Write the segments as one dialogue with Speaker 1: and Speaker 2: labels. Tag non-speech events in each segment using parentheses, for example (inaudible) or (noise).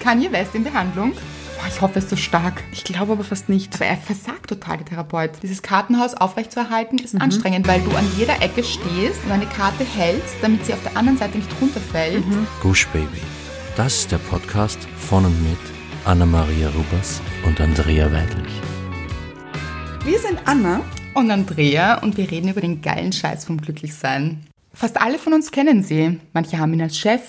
Speaker 1: Kanye West in Behandlung. Boah, ich hoffe, er ist so stark.
Speaker 2: Ich glaube aber fast nicht.
Speaker 1: Aber er versagt total, der Therapeut. Dieses Kartenhaus aufrechtzuerhalten
Speaker 2: Mhm.
Speaker 1: ist anstrengend, weil du an jeder Ecke stehst und eine Karte hältst, damit sie auf der anderen Seite nicht runterfällt.
Speaker 2: Mhm.
Speaker 3: Gush Baby. Das ist der Podcast von und mit Anna-Maria Rubers und Andrea Weidlich.
Speaker 2: Wir sind Anna.
Speaker 1: Und Andrea und wir reden über den geilen Scheiß vom Glücklichsein. Fast alle von uns kennen sie. Manche haben ihn als Chef,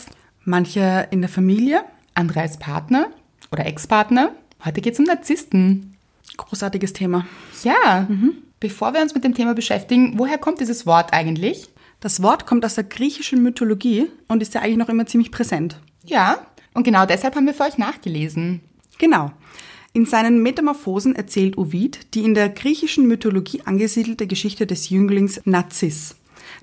Speaker 2: Manche in der Familie.
Speaker 1: andere als Partner oder Ex-Partner. Heute geht's um Narzissten.
Speaker 2: Großartiges Thema.
Speaker 1: Ja.
Speaker 2: Mhm.
Speaker 1: Bevor wir uns mit dem Thema beschäftigen, woher kommt dieses Wort eigentlich?
Speaker 2: Das Wort kommt aus der griechischen Mythologie und ist ja eigentlich noch immer ziemlich präsent.
Speaker 1: Ja. Und genau deshalb haben wir für euch nachgelesen.
Speaker 2: Genau. In seinen Metamorphosen erzählt Ovid die in der griechischen Mythologie angesiedelte Geschichte des Jünglings Narziss,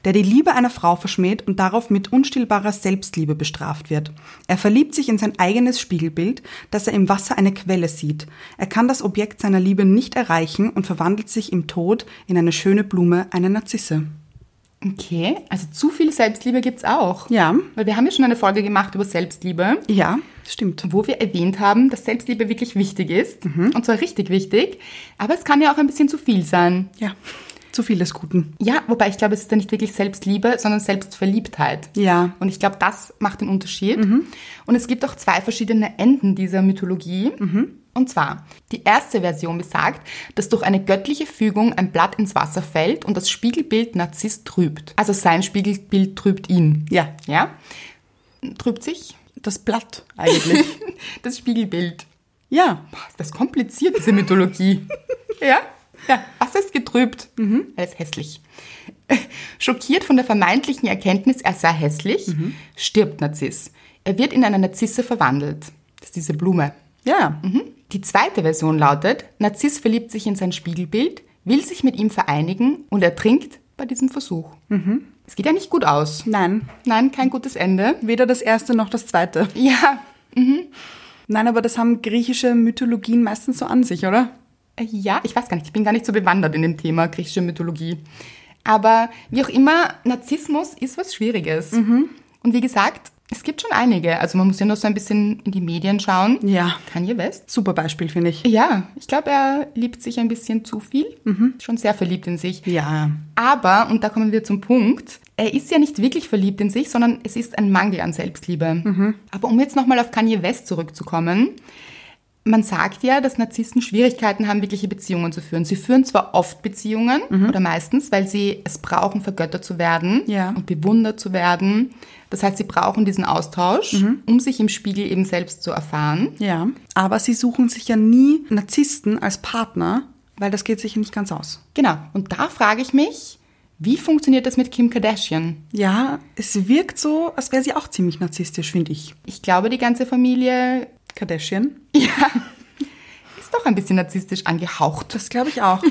Speaker 2: der die Liebe einer Frau verschmäht und darauf mit unstillbarer Selbstliebe bestraft wird. Er verliebt sich in sein eigenes Spiegelbild, das er im Wasser eine Quelle sieht. Er kann das Objekt seiner Liebe nicht erreichen und verwandelt sich im Tod in eine schöne Blume, eine Narzisse.
Speaker 1: Okay, also zu viel Selbstliebe gibt's auch.
Speaker 2: Ja.
Speaker 1: Weil wir haben ja schon eine Folge gemacht über Selbstliebe,
Speaker 2: Ja, stimmt.
Speaker 1: wo wir erwähnt haben, dass Selbstliebe wirklich wichtig ist. Und zwar richtig wichtig. Aber es kann ja auch ein bisschen zu viel sein.
Speaker 2: Ja, zu viel des Guten.
Speaker 1: Ja, wobei ich glaube, es ist ja nicht wirklich Selbstliebe, sondern Selbstverliebtheit.
Speaker 2: Ja. Mhm.
Speaker 1: Und ich glaube, das macht den Unterschied. Und es gibt auch zwei verschiedene Enden dieser Mythologie.
Speaker 2: Mhm.
Speaker 1: Und zwar, die erste Version besagt, dass durch eine göttliche Fügung ein Blatt ins Wasser fällt und das Spiegelbild Narziss trübt. Also sein Spiegelbild trübt ihn.
Speaker 2: Ja,
Speaker 1: Ja? Trübt sich
Speaker 2: das Blatt eigentlich.
Speaker 1: (laughs) das Spiegelbild.
Speaker 2: (laughs) ja,
Speaker 1: Boah, ist das kompliziert, diese Mythologie. ja? (laughs) Ja, was ist getrübt? Alles hässlich. (laughs) Schockiert von der vermeintlichen Erkenntnis, er sei hässlich, stirbt Narziss. Er wird in eine Narzisse verwandelt. Das ist diese Blume.
Speaker 2: ja.
Speaker 1: Mhm. Die zweite Version lautet, Narziss verliebt sich in sein Spiegelbild, will sich mit ihm vereinigen und ertrinkt bei diesem Versuch. Es geht ja nicht gut aus.
Speaker 2: Nein,
Speaker 1: Nein, kein gutes Ende.
Speaker 2: weder das erste noch das zweite.
Speaker 1: Ja,
Speaker 2: Nein, aber das haben griechische Mythologien meistens so an sich, oder?
Speaker 1: Äh, Ja, ich weiß gar nicht, ich bin gar nicht so bewandert in dem Thema griechische Mythologie. Aber wie auch immer, Narzissmus ist was Schwieriges.
Speaker 2: Mhm.
Speaker 1: Und wie gesagt, es gibt schon einige. Also man muss ja nur so ein bisschen in die Medien schauen.
Speaker 2: Ja.
Speaker 1: Kanye West.
Speaker 2: Super Beispiel, finde ich.
Speaker 1: Ja, ich glaube, er liebt sich ein bisschen zu viel. Schon sehr verliebt in sich.
Speaker 2: Mhm. Ja.
Speaker 1: Aber, und da kommen wir zum Punkt, er ist ja nicht wirklich verliebt in sich, sondern es ist ein Mangel an Selbstliebe. Aber um jetzt nochmal auf Kanye West zurückzukommen, man sagt ja, dass Narzissten Schwierigkeiten haben, wirkliche Beziehungen zu führen. Sie führen zwar oft Beziehungen oder meistens, weil sie es brauchen, vergöttert zu werden
Speaker 2: Ja.
Speaker 1: und bewundert zu werden. Das heißt, sie brauchen diesen Austausch, um sich im Spiegel eben selbst zu erfahren.
Speaker 2: Ja. Aber sie suchen sich ja nie Narzissten als Partner, weil das geht sich ja nicht ganz aus.
Speaker 1: Genau. Und da frage ich mich, wie funktioniert das mit Kim Kardashian?
Speaker 2: Ja, es wirkt so, als wäre sie auch ziemlich narzisstisch, finde ich.
Speaker 1: Ich glaube, die ganze Familie
Speaker 2: Kardashian?
Speaker 1: ist doch ein bisschen narzisstisch angehaucht.
Speaker 2: Das glaube ich auch. (laughs)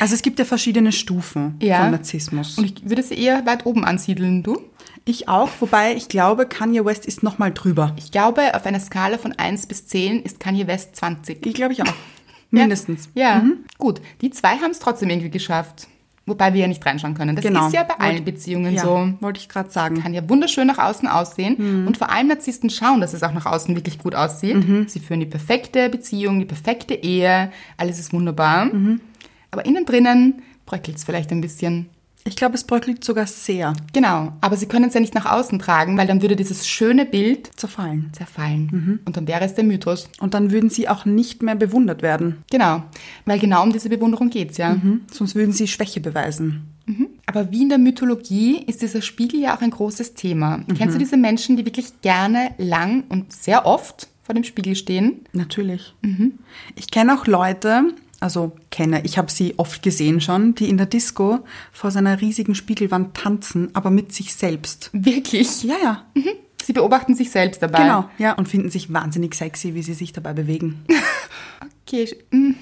Speaker 2: Also es gibt ja verschiedene Stufen
Speaker 1: Ja.
Speaker 2: von Narzissmus.
Speaker 1: Und ich würde sie eher weit oben ansiedeln, du?
Speaker 2: Ich auch, wobei ich glaube, Kanye West ist nochmal drüber.
Speaker 1: Ich glaube, auf einer Skala von 1 bis 10 ist Kanye West 20.
Speaker 2: Ich glaube ich auch. Mindestens. Mhm.
Speaker 1: Ja, gut. Die zwei haben es trotzdem irgendwie geschafft. Wobei wir ja nicht reinschauen können. Das
Speaker 2: Genau.
Speaker 1: ist ja bei allen
Speaker 2: Wollt-
Speaker 1: Beziehungen
Speaker 2: Ja,
Speaker 1: so.
Speaker 2: wollte ich gerade sagen.
Speaker 1: Kann ja wunderschön nach außen
Speaker 2: Mhm.
Speaker 1: aussehen. Und vor allem Narzissten schauen, dass es auch nach außen wirklich gut aussieht.
Speaker 2: Mhm.
Speaker 1: Sie führen die perfekte Beziehung, die perfekte Ehe. Alles ist wunderbar.
Speaker 2: Mhm.
Speaker 1: Aber innen drinnen bröckelt es vielleicht ein bisschen.
Speaker 2: Ich glaube, es bröckelt sogar sehr
Speaker 1: Genau, aber sie können es ja nicht nach außen tragen, weil dann würde dieses schöne Bild
Speaker 2: zerfallen.
Speaker 1: zerfallen. Und dann wäre es der Mythos.
Speaker 2: Und dann würden sie auch nicht mehr bewundert werden.
Speaker 1: Genau, weil genau um diese Bewunderung geht's ja.
Speaker 2: Hm? Sonst würden sie Schwäche beweisen.
Speaker 1: Aber wie in der Mythologie ist dieser Spiegel ja auch ein großes Thema. Kennst du diese Menschen, die wirklich gerne, lang und sehr oft vor dem Spiegel stehen?
Speaker 2: Natürlich. Ich kenne auch Leute, also kenne, ich habe sie oft gesehen schon, die in der Disco vor seiner riesigen Spiegelwand tanzen, aber mit sich selbst.
Speaker 1: Wirklich?
Speaker 2: Ja, ja,
Speaker 1: Sie beobachten sich selbst dabei.
Speaker 2: genau. Ja, und finden sich wahnsinnig sexy, wie sie sich dabei bewegen.
Speaker 1: Okay. sch- mhm.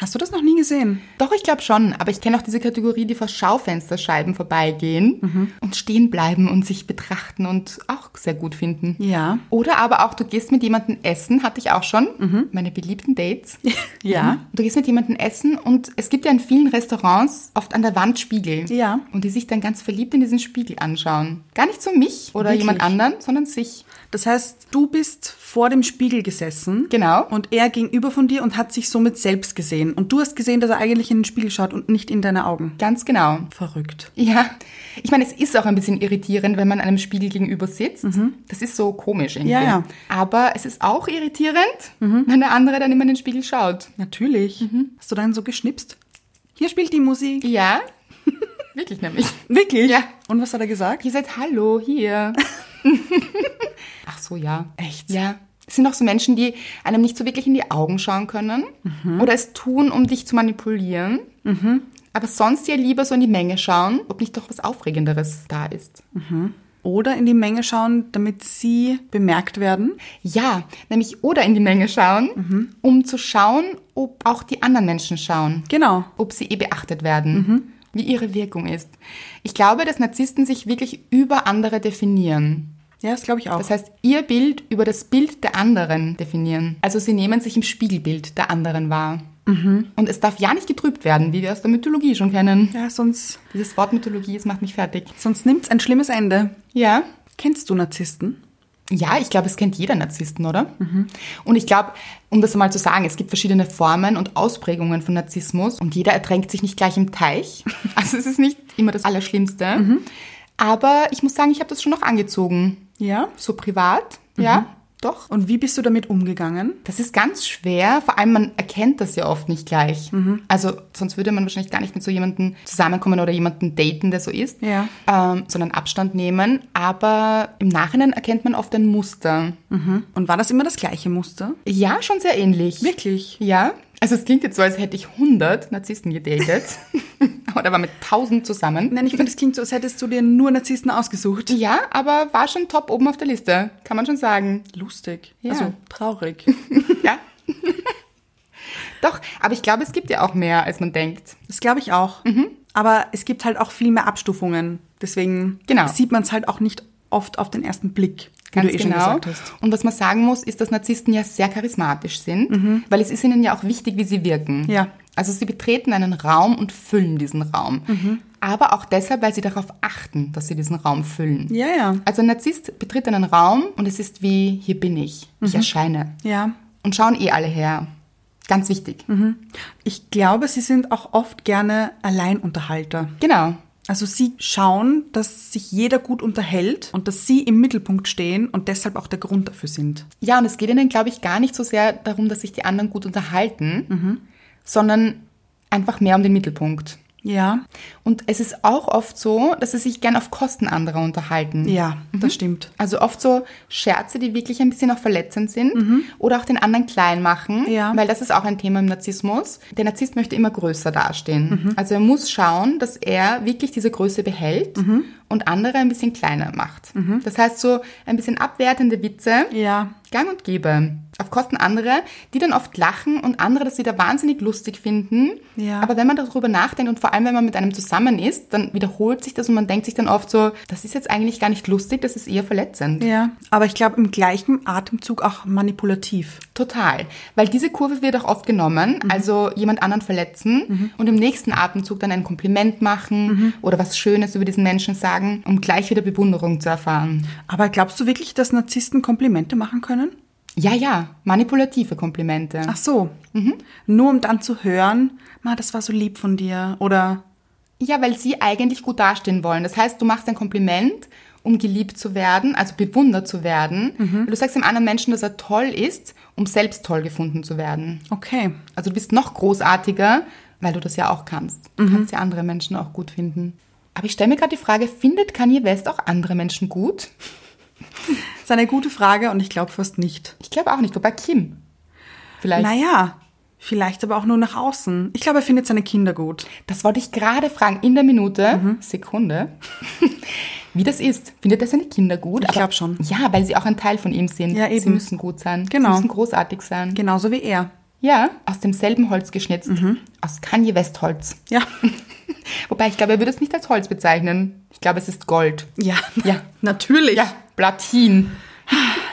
Speaker 2: Hast du das noch nie gesehen?
Speaker 1: Doch, ich glaube schon. Aber ich kenne auch diese Kategorie, die vor Schaufensterscheiben vorbeigehen und stehen bleiben und sich betrachten und auch sehr gut finden.
Speaker 2: Ja.
Speaker 1: Oder aber auch, du gehst mit jemandem essen, hatte ich auch schon, meine beliebten Dates.
Speaker 2: Mhm. (laughs)
Speaker 1: Mhm.
Speaker 2: Ja.
Speaker 1: Du gehst mit jemandem essen und es gibt ja in vielen Restaurants oft an der Wand Spiegel.
Speaker 2: Ja.
Speaker 1: Und die sich dann ganz verliebt in diesen Spiegel anschauen. Gar nicht so mich oder
Speaker 2: Wirklich?
Speaker 1: jemand anderen, sondern sich.
Speaker 2: Das heißt, du bist vor dem Spiegel gesessen.
Speaker 1: Genau.
Speaker 2: Und er gegenüber von dir und hat sich somit selbst gesehen. Und du hast gesehen, dass er eigentlich in den Spiegel schaut und nicht in deine Augen.
Speaker 1: Ganz genau.
Speaker 2: Verrückt.
Speaker 1: Ja, ich meine, es ist auch ein bisschen irritierend, wenn man einem Spiegel gegenüber sitzt. Das ist so komisch irgendwie.
Speaker 2: Mhm. Ja, Mhm. ja.
Speaker 1: Aber es ist auch irritierend, wenn der andere dann immer in den Spiegel schaut.
Speaker 2: Natürlich. Mhm. Hast du dann so geschnipst? Hier spielt die Musik.
Speaker 1: Ja, (laughs) wirklich nämlich.
Speaker 2: Wirklich?
Speaker 1: Ja.
Speaker 2: Und was hat er gesagt?
Speaker 1: Ihr seid hallo hier. (laughs) Ach so, ja.
Speaker 2: Echt?
Speaker 1: Ja. Es sind auch so Menschen, die einem nicht so wirklich in die Augen schauen können oder es tun, um dich zu manipulieren. Aber sonst ja lieber so in die Menge schauen, ob nicht doch was Aufregenderes da ist.
Speaker 2: Oder in die Menge schauen, damit sie bemerkt werden.
Speaker 1: Ja, nämlich oder in die Menge schauen, um zu schauen, ob auch die anderen Menschen schauen,
Speaker 2: Genau.
Speaker 1: ob sie eh beachtet werden, wie ihre Wirkung ist. Ich glaube, dass Narzissten sich wirklich über andere definieren.
Speaker 2: Ja, das glaube ich auch.
Speaker 1: Das heißt, ihr Bild über das Bild der anderen definieren. Also sie nehmen sich im Spiegelbild der anderen wahr. Und es darf ja nicht getrübt werden, wie wir aus der Mythologie schon kennen.
Speaker 2: ja, sonst,
Speaker 1: Dieses Wort Mythologie, es macht mich fertig.
Speaker 2: sonst nimmt's ein schlimmes Ende.
Speaker 1: Ja.
Speaker 2: Kennst du Narzissten?
Speaker 1: Ja, ich glaube, es kennt jeder Narzissten, oder? Und ich glaube, um das mal zu sagen, es gibt verschiedene Formen und Ausprägungen von Narzissmus und jeder ertränkt sich nicht gleich im Teich. Also es ist nicht immer das Allerschlimmste. Aber ich muss sagen, ich habe das schon noch angezogen.
Speaker 2: Ja.
Speaker 1: So privat, ja, doch.
Speaker 2: Und wie bist du damit umgegangen?
Speaker 1: Das ist ganz schwer, vor allem man erkennt das ja oft nicht gleich.
Speaker 2: Mhm.
Speaker 1: Also sonst würde man wahrscheinlich gar nicht mit so jemandem zusammenkommen oder jemanden daten, der so ist,
Speaker 2: Ja.
Speaker 1: ähm, sondern Abstand nehmen. Aber im Nachhinein erkennt man oft ein Muster.
Speaker 2: Und war das immer das gleiche Muster?
Speaker 1: Ja, schon sehr ähnlich.
Speaker 2: Wirklich?
Speaker 1: Ja. Also es klingt jetzt so, als hätte ich 100
Speaker 2: (laughs)
Speaker 1: Narzissten gedatet (laughs) oder war mit 1000 zusammen.
Speaker 2: Nein, ich finde, es klingt so, als hättest du dir nur Narzissten ausgesucht.
Speaker 1: Ja, aber war schon top oben auf der Liste, kann man schon sagen.
Speaker 2: Lustig.
Speaker 1: Ja.
Speaker 2: Also traurig.
Speaker 1: Ja. (laughs) Doch, aber ich glaube, es gibt ja auch mehr, als man denkt.
Speaker 2: (laughs) Das glaube ich auch. Aber es gibt halt auch viel mehr Abstufungen. Deswegen
Speaker 1: Genau.
Speaker 2: sieht man es halt auch nicht oft auf den ersten Blick, wie
Speaker 1: Ganz
Speaker 2: du eh
Speaker 1: genau.
Speaker 2: schon gesagt hast.
Speaker 1: Und was man sagen muss, ist, dass Narzissten ja sehr charismatisch sind, weil es ist ihnen ja auch wichtig, wie sie wirken.
Speaker 2: Mhm. Ja.
Speaker 1: Also sie betreten einen Raum und füllen diesen Raum.
Speaker 2: Mhm.
Speaker 1: Aber auch deshalb, weil sie darauf achten, dass sie diesen Raum füllen.
Speaker 2: Ja, ja.
Speaker 1: Also ein Narzisst betritt einen Raum und es ist wie, hier bin ich, ich
Speaker 2: Mhm.
Speaker 1: erscheine.
Speaker 2: Ja.
Speaker 1: Und schauen eh alle her. Ganz wichtig.
Speaker 2: Mhm. Ich glaube, sie sind auch oft gerne Alleinunterhalter.
Speaker 1: Genau.
Speaker 2: Also sie schauen, dass sich jeder gut unterhält und dass sie im Mittelpunkt stehen und deshalb auch der Grund dafür sind.
Speaker 1: Ja, und es geht ihnen, glaube ich, gar nicht so sehr darum, dass sich die anderen gut unterhalten,
Speaker 2: Mhm.
Speaker 1: sondern einfach mehr um den Mittelpunkt.
Speaker 2: Ja,
Speaker 1: Und es ist auch oft so, dass sie sich gern auf Kosten anderer unterhalten.
Speaker 2: ja, das stimmt.
Speaker 1: Also oft so Scherze, die wirklich ein bisschen auch verletzend sind oder auch den anderen klein machen,
Speaker 2: Mhm. Ja.
Speaker 1: weil das ist auch ein Thema im Narzissmus. Der Narzisst möchte immer größer dastehen.
Speaker 2: Mhm.
Speaker 1: Also er muss schauen, dass er wirklich diese Größe behält
Speaker 2: Mhm.
Speaker 1: und andere ein bisschen kleiner macht. Das heißt so ein bisschen abwertende Witze,
Speaker 2: Ja,
Speaker 1: gang und gäbe. Auf Kosten anderer, die dann oft lachen und andere das wieder wahnsinnig lustig finden.
Speaker 2: Ja.
Speaker 1: Aber wenn man darüber nachdenkt und vor allem, wenn man mit einem zusammen ist, dann wiederholt sich das und man denkt sich dann oft so, das ist jetzt eigentlich gar nicht lustig, das ist eher verletzend.
Speaker 2: ja. Aber ich glaube, im gleichen Atemzug auch manipulativ.
Speaker 1: Total. Weil diese Kurve wird auch oft genommen,
Speaker 2: Mhm.
Speaker 1: also jemand anderen verletzen und im nächsten Atemzug dann ein Kompliment machen
Speaker 2: Mhm.
Speaker 1: oder was Schönes über diesen Menschen sagen, um gleich wieder Bewunderung zu erfahren.
Speaker 2: Aber glaubst du wirklich, dass Narzissten Komplimente machen können?
Speaker 1: Ja, ja, manipulative Komplimente.
Speaker 2: Ach so.
Speaker 1: Mhm.
Speaker 2: Nur um dann zu hören, Ma, das war so lieb von dir. Oder
Speaker 1: Ja, weil sie eigentlich gut dastehen wollen. Das heißt, du machst ein Kompliment, um geliebt zu werden, also bewundert zu werden. Du sagst dem anderen Menschen, dass er toll ist, um selbst toll gefunden zu werden.
Speaker 2: okay.
Speaker 1: Also du bist noch großartiger, weil du das ja auch kannst. Du kannst ja andere Menschen auch gut finden. Aber ich stelle mir gerade die Frage, findet Kanye West auch andere Menschen gut?
Speaker 2: Das ist eine gute Frage und ich glaube fast nicht.
Speaker 1: Ich glaube auch nicht, wobei Kim. Vielleicht.
Speaker 2: Naja, vielleicht aber auch nur nach außen. Ich glaube, er findet seine Kinder gut.
Speaker 1: Das wollte ich gerade fragen, in der Minute,
Speaker 2: Mhm.
Speaker 1: Sekunde, (laughs) wie das ist. Findet er seine Kinder gut?
Speaker 2: Ich
Speaker 1: Aber-
Speaker 2: glaub schon.
Speaker 1: Ja, weil sie auch ein Teil von ihm sind.
Speaker 2: Ja,
Speaker 1: Sie
Speaker 2: eben.
Speaker 1: müssen gut sein.
Speaker 2: Genau.
Speaker 1: Sie müssen großartig sein.
Speaker 2: Genauso wie er.
Speaker 1: ja, aus demselben Holz geschnitzt.
Speaker 2: Mhm.
Speaker 1: Aus Kanye West Holz.
Speaker 2: Ja.
Speaker 1: Wobei, ich glaube, er würde es nicht als Holz bezeichnen. Ich glaube, es ist Gold.
Speaker 2: Ja.
Speaker 1: (laughs) Ja.
Speaker 2: Natürlich.
Speaker 1: Ja, Platin. (laughs)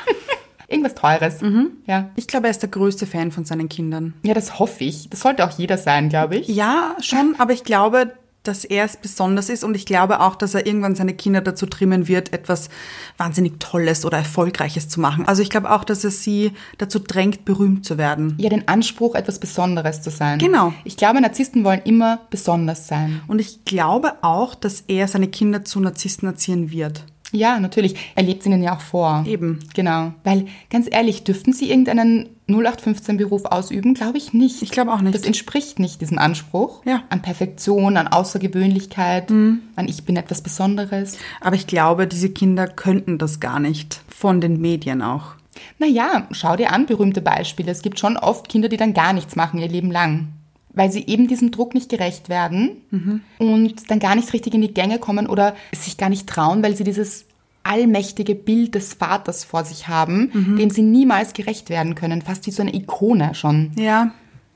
Speaker 1: Irgendwas Teures.
Speaker 2: Mhm.
Speaker 1: Ja.
Speaker 2: Ich glaube, er ist der größte Fan von seinen Kindern.
Speaker 1: ja, das hoffe ich. Das sollte auch jeder sein, glaube ich.
Speaker 2: Ja, schon, aber ich glaube, dass er es besonders ist und ich glaube auch, dass er irgendwann seine Kinder dazu trimmen wird, etwas wahnsinnig Tolles oder Erfolgreiches zu machen. Also ich glaube auch, dass er sie dazu drängt, berühmt zu werden.
Speaker 1: Ja, den Anspruch, etwas Besonderes zu sein.
Speaker 2: Genau.
Speaker 1: Ich glaube, Narzissten wollen immer besonders sein.
Speaker 2: Und ich glaube auch, dass er seine Kinder zu Narzissten erziehen wird.
Speaker 1: Ja, natürlich. Er lebt es ihnen ja auch vor.
Speaker 2: Eben.
Speaker 1: Genau. Weil, ganz ehrlich, dürften sie irgendeinen 0815-Beruf ausüben? Glaube ich nicht.
Speaker 2: Ich glaube auch nicht.
Speaker 1: Das entspricht nicht diesem Anspruch
Speaker 2: Ja. Mhm.
Speaker 1: an Perfektion, an Außergewöhnlichkeit, an ich bin etwas Besonderes.
Speaker 2: Aber ich glaube, diese Kinder könnten das gar nicht. Von den Medien auch.
Speaker 1: Naja, schau dir an, berühmte Beispiele. Es gibt schon oft Kinder, die dann gar nichts machen ihr Leben lang, weil sie eben diesem Druck nicht gerecht werden
Speaker 2: Mhm.
Speaker 1: und dann gar nicht richtig in die Gänge kommen oder es sich gar nicht trauen, weil sie dieses allmächtige Bild des Vaters vor sich haben,
Speaker 2: Mhm.
Speaker 1: dem sie niemals gerecht werden können, fast wie so eine Ikone schon.
Speaker 2: Ja,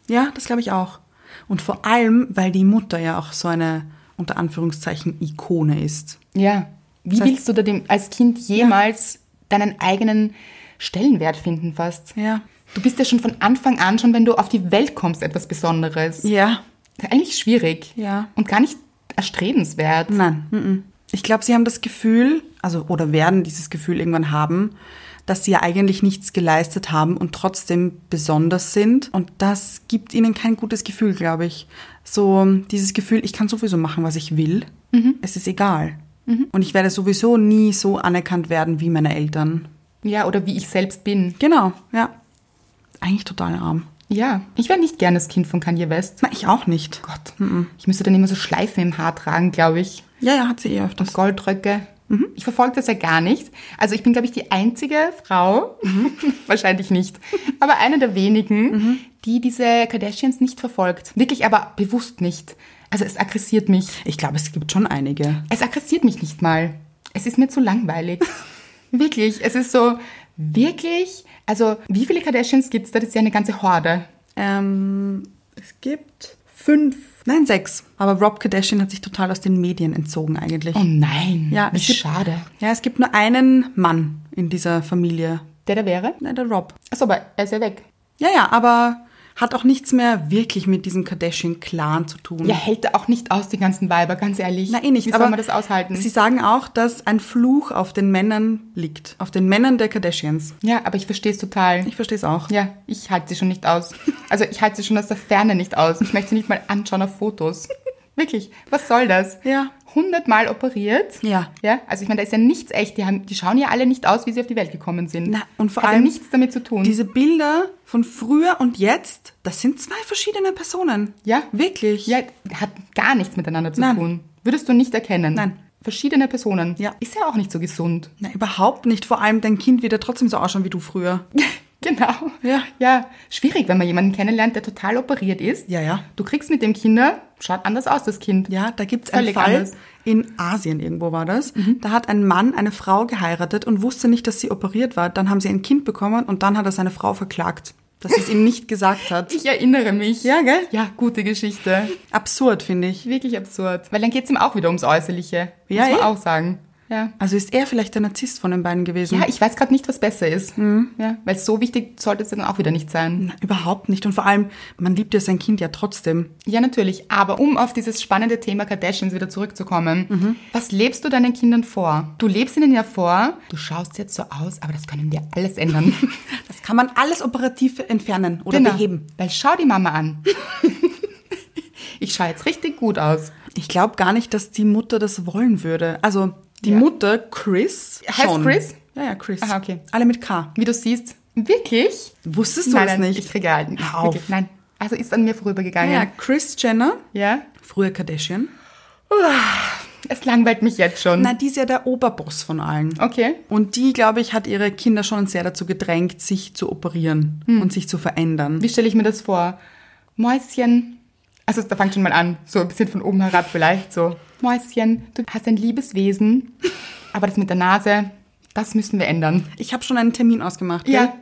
Speaker 2: ja, das glaube ich auch. Und vor allem, weil die Mutter ja auch so eine, unter Anführungszeichen, Ikone ist.
Speaker 1: Ja. Wie
Speaker 2: Das heißt-
Speaker 1: willst du da dem, als Kind jemals deinen eigenen Stellenwert finden fast?
Speaker 2: Ja.
Speaker 1: Du bist ja schon von Anfang an, schon wenn du auf die Welt kommst, etwas Besonderes.
Speaker 2: Ja.
Speaker 1: Eigentlich schwierig.
Speaker 2: Ja.
Speaker 1: Und gar nicht erstrebenswert.
Speaker 2: Nein. mhm. Ich glaube, sie haben das Gefühl, also oder werden dieses Gefühl irgendwann haben, dass sie ja eigentlich nichts geleistet haben und trotzdem besonders sind. Und das gibt ihnen kein gutes Gefühl, glaube ich. So dieses Gefühl, ich kann sowieso machen, was ich will. Es ist egal. Und ich werde sowieso nie so anerkannt werden wie meine Eltern.
Speaker 1: Ja, oder wie ich selbst bin.
Speaker 2: Genau, ja. Eigentlich total arm.
Speaker 1: Ja. Ich wäre nicht gern das Kind von Kanye West.
Speaker 2: Na, ich auch nicht.
Speaker 1: Gott. Ich müsste dann immer so Schleifen im Haar tragen, glaube ich.
Speaker 2: Ja, ja, hat sie eh öfters.
Speaker 1: Goldröcke.
Speaker 2: Mhm.
Speaker 1: Ich verfolge das ja gar nicht. Also ich bin, glaube ich, die einzige Frau,
Speaker 2: Mhm.
Speaker 1: (laughs) wahrscheinlich nicht, aber eine der wenigen, die diese Kardashians nicht verfolgt. Wirklich aber bewusst nicht. Also es aggressiert mich.
Speaker 2: Ich glaube, es gibt schon einige.
Speaker 1: Es aggressiert mich nicht mal. Es ist mir
Speaker 2: (laughs)
Speaker 1: zu langweilig. wirklich, es ist so, wirklich, also wie viele Kardashians gibt es da? Das ist ja eine ganze Horde.
Speaker 2: Ähm, es gibt fünf. Nein, sechs. Aber Rob Kardashian hat sich total aus den Medien entzogen eigentlich.
Speaker 1: Oh nein,
Speaker 2: Ja,
Speaker 1: wie
Speaker 2: es gibt-
Speaker 1: schade.
Speaker 2: Ja, es gibt nur einen Mann in dieser Familie.
Speaker 1: Der da wäre?
Speaker 2: Nein, der Rob.
Speaker 1: Achso, aber er ist ja weg.
Speaker 2: Ja, ja, aber hat auch nichts mehr wirklich mit diesem Kardashian-Clan zu tun.
Speaker 1: Ja, hält er auch nicht aus, die ganzen Weiber, ganz ehrlich.
Speaker 2: Na eh nicht,
Speaker 1: Wie
Speaker 2: aber
Speaker 1: soll man das aushalten?
Speaker 2: Sie sagen auch, dass ein Fluch auf den Männern liegt. Auf den Männern der Kardashians.
Speaker 1: Ja, aber ich verstehe es total.
Speaker 2: Ich verstehe es auch.
Speaker 1: ja, ich halte sie schon nicht aus. Also ich halte sie schon aus der Ferne nicht aus. Ich möchte sie nicht mal anschauen auf Fotos.
Speaker 2: (laughs)
Speaker 1: Wirklich, was soll das?
Speaker 2: Ja.
Speaker 1: Hundertmal operiert.
Speaker 2: Ja.
Speaker 1: Ja, also ich meine, da ist ja nichts echt. Die, haben, die schauen ja alle nicht aus, wie sie auf die Welt gekommen sind.
Speaker 2: Na, und vor
Speaker 1: Hat ja
Speaker 2: allem
Speaker 1: nichts damit zu tun.
Speaker 2: Diese Bilder von früher und jetzt, das sind zwei verschiedene Personen.
Speaker 1: Ja.
Speaker 2: Wirklich.
Speaker 1: ja, hat gar nichts miteinander zu
Speaker 2: Nein.
Speaker 1: tun. Würdest du nicht erkennen.
Speaker 2: Nein.
Speaker 1: Verschiedene Personen.
Speaker 2: Ja.
Speaker 1: Ist ja auch nicht so gesund. (laughs)
Speaker 2: Na, überhaupt nicht. Vor allem dein Kind wird ja trotzdem so ausschauen wie du früher.
Speaker 1: Genau.
Speaker 2: Ja.
Speaker 1: Ja. Schwierig, wenn man jemanden kennenlernt, der total operiert ist.
Speaker 2: Ja, ja.
Speaker 1: Du kriegst mit dem Kinder, schaut anders aus, das Kind.
Speaker 2: Ja, da gibt's einen
Speaker 1: Völlig
Speaker 2: Fall
Speaker 1: anders.
Speaker 2: in Asien irgendwo war das. Da hat ein Mann eine Frau geheiratet und wusste nicht, dass sie operiert war. Dann haben sie ein Kind bekommen und dann hat er seine Frau verklagt, dass sie es ihm nicht gesagt (laughs) hat.
Speaker 1: Ich erinnere mich.
Speaker 2: Ja, gell?
Speaker 1: Ja, gute Geschichte.
Speaker 2: Absurd, finde ich.
Speaker 1: Wirklich absurd. Weil dann geht's ihm auch wieder ums Äußerliche.
Speaker 2: Ja,
Speaker 1: Muss man
Speaker 2: eh.
Speaker 1: auch sagen. Ja.
Speaker 2: Also ist er vielleicht der Narzisst von den beiden gewesen?
Speaker 1: Ja, ich weiß gerade nicht, was besser ist.
Speaker 2: Mhm.
Speaker 1: Ja, weil so wichtig sollte es ja dann auch wieder nicht sein.
Speaker 2: Na, überhaupt nicht. Und vor allem, man liebt ja sein Kind ja trotzdem.
Speaker 1: Ja, natürlich. Aber um auf dieses spannende Thema Kardashians wieder zurückzukommen,
Speaker 2: Mhm.
Speaker 1: was lebst du deinen Kindern vor? Du lebst ihnen ja vor, du schaust jetzt so aus, aber das können wir alles ändern.
Speaker 2: Das kann man alles operativ entfernen (laughs) oder
Speaker 1: Genau.
Speaker 2: beheben.
Speaker 1: Weil schau die
Speaker 2: (laughs)
Speaker 1: Mama an. ich schaue jetzt richtig gut aus.
Speaker 2: Ich glaube gar nicht, dass die Mutter das wollen würde. Also die
Speaker 1: Ja.
Speaker 2: Mutter, Chris.
Speaker 1: Heißt Chris?
Speaker 2: Ja, ja, Chris.
Speaker 1: Aha, okay.
Speaker 2: Alle mit K.
Speaker 1: Wie du siehst, wirklich?
Speaker 2: Wusstest du
Speaker 1: nein,
Speaker 2: das
Speaker 1: nein,
Speaker 2: nicht?
Speaker 1: ich kriege halt nicht.
Speaker 2: Hör auf.
Speaker 1: Wirklich, Nein. Also ist an mir vorübergegangen.
Speaker 2: ja, Chris Jenner,
Speaker 1: Ja?
Speaker 2: früher Kardashian.
Speaker 1: Es langweilt mich jetzt schon.
Speaker 2: Na, die ist ja der Oberboss von allen.
Speaker 1: Okay.
Speaker 2: Und die, glaube ich, hat ihre Kinder schon sehr dazu gedrängt, sich zu operieren und sich zu verändern.
Speaker 1: Hm. Wie stelle ich mir das vor? Mäuschen. Also da fangt schon mal an, so ein bisschen von oben herab vielleicht so. Mäuschen, du hast ein liebes Wesen, aber das mit der Nase, das müssen wir ändern.
Speaker 2: Ich habe schon einen Termin ausgemacht.
Speaker 1: Ja.
Speaker 2: Gell?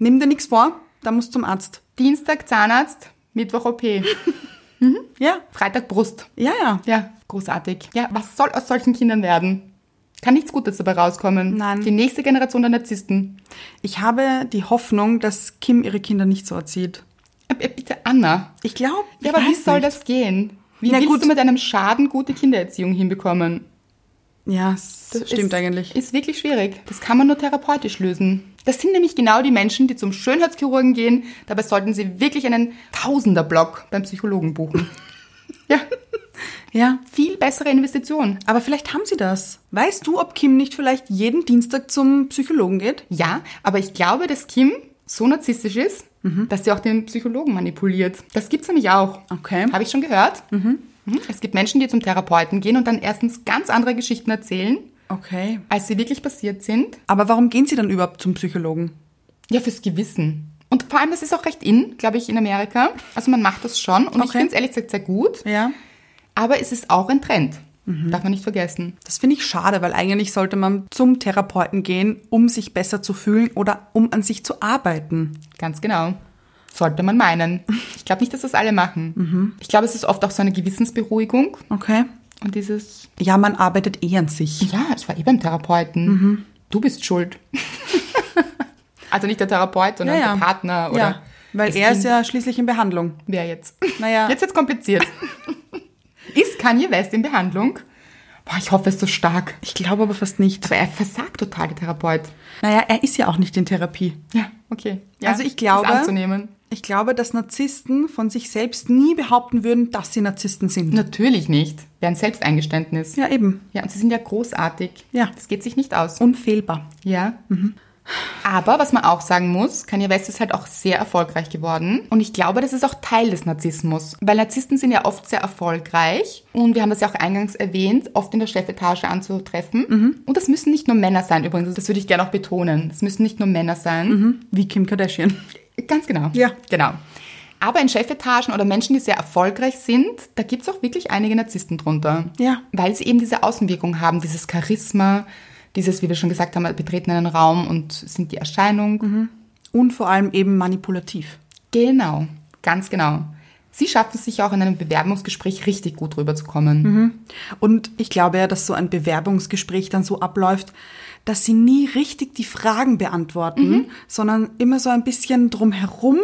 Speaker 2: Nimm dir nichts vor, da musst du zum Arzt.
Speaker 1: Dienstag Zahnarzt, Mittwoch OP,
Speaker 2: Ja,
Speaker 1: Freitag Brust.
Speaker 2: ja, ja.
Speaker 1: Ja, großartig. Ja, was soll aus solchen Kindern werden? Kann nichts Gutes dabei rauskommen.
Speaker 2: Nein.
Speaker 1: Die nächste Generation der Narzissten.
Speaker 2: Ich habe die Hoffnung, dass Kim ihre Kinder nicht so erzieht.
Speaker 1: Äh, äh, Bitte Anna.
Speaker 2: Ich glaube,
Speaker 1: Ja, aber wie soll das gehen? Wie
Speaker 2: Na
Speaker 1: willst
Speaker 2: gut.
Speaker 1: du mit einem Schaden gute Kindererziehung hinbekommen?
Speaker 2: Ja, das
Speaker 1: Das
Speaker 2: stimmt
Speaker 1: ist,
Speaker 2: eigentlich.
Speaker 1: Ist wirklich schwierig. Das kann man nur therapeutisch lösen. Das sind nämlich genau die Menschen, die zum Schönheitschirurgen gehen. Dabei sollten sie wirklich einen Tausender-Block beim
Speaker 2: (laughs)
Speaker 1: Psychologen buchen. ja,
Speaker 2: Ja.
Speaker 1: viel bessere Investition.
Speaker 2: Aber vielleicht haben sie das. Weißt du, ob Kim nicht vielleicht jeden Dienstag zum Psychologen geht?
Speaker 1: Ja, aber ich glaube, dass Kim so narzisstisch ist,
Speaker 2: Mhm.
Speaker 1: dass sie auch den Psychologen manipuliert. Das gibt's nämlich auch.
Speaker 2: Okay.
Speaker 1: Habe ich schon gehört. Mhm. Es gibt Menschen, die zum Therapeuten gehen und dann erstens ganz andere Geschichten erzählen,
Speaker 2: Okay.
Speaker 1: als sie wirklich passiert sind.
Speaker 2: Aber warum gehen sie dann überhaupt zum Psychologen?
Speaker 1: Ja, fürs Gewissen. Und vor allem, das ist auch recht in, glaube ich, in Amerika. Also man macht das schon und ich
Speaker 2: Okay.
Speaker 1: finde es ehrlich gesagt sehr gut.
Speaker 2: Ja.
Speaker 1: Aber es ist auch ein Trend.
Speaker 2: Mhm.
Speaker 1: Darf man nicht vergessen.
Speaker 2: Das finde ich schade, weil eigentlich sollte man zum Therapeuten gehen, um sich besser zu fühlen oder um an sich zu arbeiten.
Speaker 1: Ganz genau. Sollte man meinen. Ich glaube nicht, dass das alle machen.
Speaker 2: Mhm.
Speaker 1: Ich glaube, es ist oft auch so eine Gewissensberuhigung
Speaker 2: Okay.
Speaker 1: und dieses,
Speaker 2: Ja, man arbeitet eh an sich.
Speaker 1: ja, ich war eh beim Therapeuten.
Speaker 2: Mhm.
Speaker 1: Du bist schuld. (laughs) also nicht der Therapeut, sondern der Partner oder
Speaker 2: ja, weil
Speaker 1: das
Speaker 2: er ist
Speaker 1: Kind.
Speaker 2: ja schließlich in Behandlung.
Speaker 1: Wer jetzt?
Speaker 2: Naja.
Speaker 1: Jetzt
Speaker 2: (laughs)
Speaker 1: wird's kompliziert. ist Kanye West in Behandlung? Boah, ich hoffe, es ist so stark.
Speaker 2: Ich glaube aber fast nicht.
Speaker 1: Aber er versagt total, der Therapeut.
Speaker 2: Naja, er ist ja auch nicht in Therapie.
Speaker 1: Ja, okay. Ja,
Speaker 2: also ich glaube,
Speaker 1: Ist anzunehmen.
Speaker 2: ich glaube, dass Narzissten von sich selbst nie behaupten würden, dass sie Narzissten sind.
Speaker 1: Natürlich nicht. Wäre ein Selbsteingeständnis.
Speaker 2: Ja, eben.
Speaker 1: Ja, und sie sind ja großartig.
Speaker 2: Ja.
Speaker 1: Das geht sich nicht aus.
Speaker 2: Unfehlbar.
Speaker 1: Ja. mhm. Aber was man auch sagen muss, Kanye West ist halt auch sehr erfolgreich geworden. Und ich glaube, das ist auch Teil des Narzissmus. Weil Narzissten sind ja oft sehr erfolgreich. Und wir haben das ja auch eingangs erwähnt, oft in der Chefetage anzutreffen. Und das müssen nicht nur Männer sein übrigens. Das würde ich gerne auch betonen. Es müssen nicht nur Männer sein.
Speaker 2: Wie Kim Kardashian.
Speaker 1: Ganz genau.
Speaker 2: Ja.
Speaker 1: Genau. Aber in Chefetagen oder Menschen, die sehr erfolgreich sind, da gibt's auch wirklich einige Narzissten drunter.
Speaker 2: Ja.
Speaker 1: Weil sie eben diese Außenwirkung haben, dieses Charisma, dieses, wie wir schon gesagt haben, betreten einen Raum und sind die Erscheinung.
Speaker 2: Mhm. Und vor allem eben manipulativ.
Speaker 1: Genau, ganz genau. Sie schaffen es sich auch in einem Bewerbungsgespräch richtig gut rüberzukommen.
Speaker 2: Mhm. Und ich glaube ja, dass so ein Bewerbungsgespräch dann so abläuft, dass sie nie richtig die Fragen beantworten, sondern immer so ein bisschen drumherum,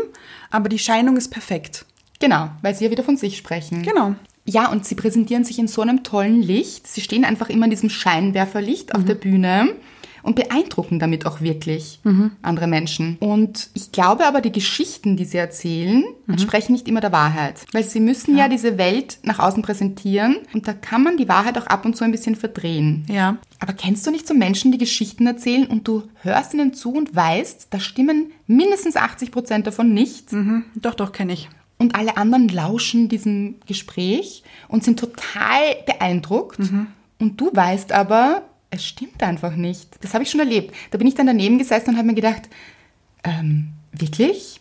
Speaker 2: aber die Scheinung ist perfekt.
Speaker 1: Genau, weil sie ja wieder von sich sprechen.
Speaker 2: Genau.
Speaker 1: Ja, und sie präsentieren sich in so einem tollen Licht. Sie stehen einfach immer in diesem Scheinwerferlicht auf der Bühne und beeindrucken damit auch wirklich andere Menschen. Und ich glaube aber, die Geschichten, die sie erzählen, entsprechen nicht immer der Wahrheit. Weil sie müssen ja. diese Welt nach außen präsentieren und da kann man die Wahrheit auch ab und zu ein bisschen verdrehen.
Speaker 2: Ja.
Speaker 1: Aber kennst du nicht so Menschen, die Geschichten erzählen und du hörst ihnen zu und weißt, da stimmen mindestens 80 Prozent davon nicht?
Speaker 2: Mhm. Doch, doch, kenne ich.
Speaker 1: Und alle anderen lauschen diesem Gespräch und sind total beeindruckt. Und du weißt aber, es stimmt einfach nicht. Das habe ich schon erlebt. Da bin ich dann daneben gesessen und habe mir gedacht, ähm, wirklich?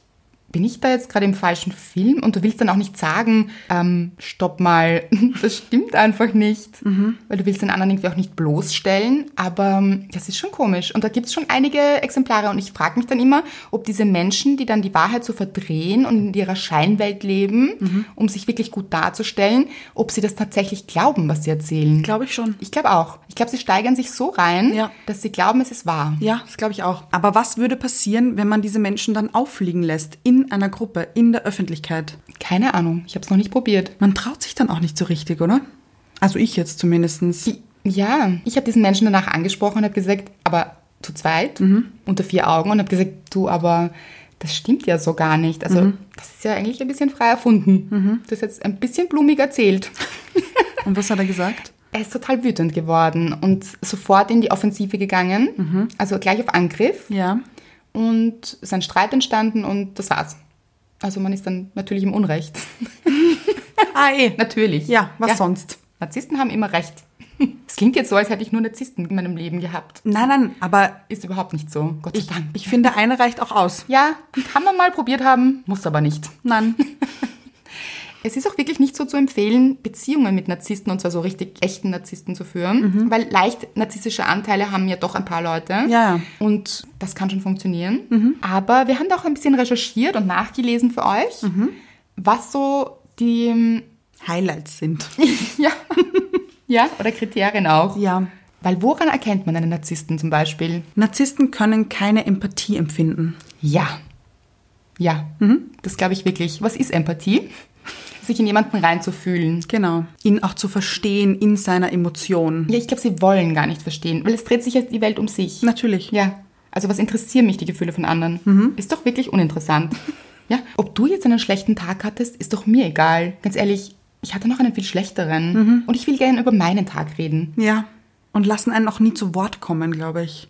Speaker 1: Bin ich da jetzt gerade im falschen Film? Und du willst dann auch nicht sagen, ähm, stopp mal, (laughs) das stimmt einfach nicht. Weil du willst den anderen irgendwie auch nicht bloßstellen, aber ähm, das ist schon komisch. Und da gibt es schon einige Exemplare und ich frage mich dann immer, ob diese Menschen, die dann die Wahrheit so verdrehen und in ihrer Scheinwelt leben, um sich wirklich gut darzustellen, ob sie das tatsächlich glauben, was sie erzählen.
Speaker 2: Glaube ich schon.
Speaker 1: ich glaube auch. Ich glaube, sie steigern sich so rein,
Speaker 2: Ja.
Speaker 1: dass sie glauben, es ist wahr.
Speaker 2: Ja, das glaube ich auch. Aber was würde passieren, wenn man diese Menschen dann auffliegen lässt in einer Gruppe, in der Öffentlichkeit?
Speaker 1: Keine Ahnung, ich habe es noch nicht probiert.
Speaker 2: Man traut sich dann auch nicht so richtig, oder? Also ich jetzt zumindestens.
Speaker 1: Ja, ich habe diesen Menschen danach angesprochen und habe gesagt, aber zu zweit,
Speaker 2: Mhm.
Speaker 1: unter vier Augen und habe gesagt, du, aber das stimmt ja so gar nicht. Also
Speaker 2: Mhm.
Speaker 1: das ist ja eigentlich ein bisschen frei erfunden. Das ist jetzt ein bisschen
Speaker 2: (laughs)
Speaker 1: blumig erzählt.
Speaker 2: Und was hat er gesagt?
Speaker 1: Er ist total wütend geworden und sofort in die Offensive gegangen,
Speaker 2: Mhm.
Speaker 1: also gleich auf Angriff
Speaker 2: Ja.
Speaker 1: und es ist ein Streit entstanden und das war's. Also man ist dann natürlich im Unrecht.
Speaker 2: (laughs)
Speaker 1: (laughs)
Speaker 2: Ah, eh.
Speaker 1: natürlich.
Speaker 2: Ja, was sonst?
Speaker 1: Narzissten haben immer recht. (laughs) Es klingt jetzt so, als hätte ich nur Narzissten in meinem Leben gehabt.
Speaker 2: Nein, nein, aber
Speaker 1: Ist überhaupt nicht so. Gott sei
Speaker 2: ich,
Speaker 1: Dank.
Speaker 2: ich finde, eine reicht auch aus.
Speaker 1: Ja, kann man mal probiert haben, muss aber nicht.
Speaker 2: Nein.
Speaker 1: Es ist auch wirklich nicht so zu empfehlen, Beziehungen mit Narzissten und zwar so richtig echten Narzissten zu führen, weil leicht narzisstische Anteile haben ja doch ein paar Leute.
Speaker 2: ja.
Speaker 1: Und das kann schon funktionieren. Aber wir haben da auch ein bisschen recherchiert und nachgelesen für euch, was so die,
Speaker 2: (laughs) Highlights sind.
Speaker 1: ja, ja, oder Kriterien
Speaker 2: (laughs)
Speaker 1: auch.
Speaker 2: Ja.
Speaker 1: Weil woran erkennt man einen Narzissten zum Beispiel?
Speaker 2: Narzissten können keine Empathie empfinden.
Speaker 1: Mhm. Ja. Ja. Das glaube ich wirklich. Was ist Empathie? (laughs) sich in jemanden reinzufühlen.
Speaker 2: Genau. Ihn auch zu verstehen in seiner Emotion.
Speaker 1: Ja, ich glaube, sie wollen gar nicht verstehen, weil es dreht sich ja die Welt um sich.
Speaker 2: Natürlich.
Speaker 1: Ja. Also was interessieren mich die Gefühle von anderen? Ist doch wirklich uninteressant. ja. Ob du jetzt einen schlechten Tag hattest, ist doch mir egal. Ganz ehrlich, ich hatte noch einen viel schlechteren. Und ich will gerne über meinen Tag reden.
Speaker 2: Ja. Und lassen einen auch nie zu Wort kommen, glaube ich.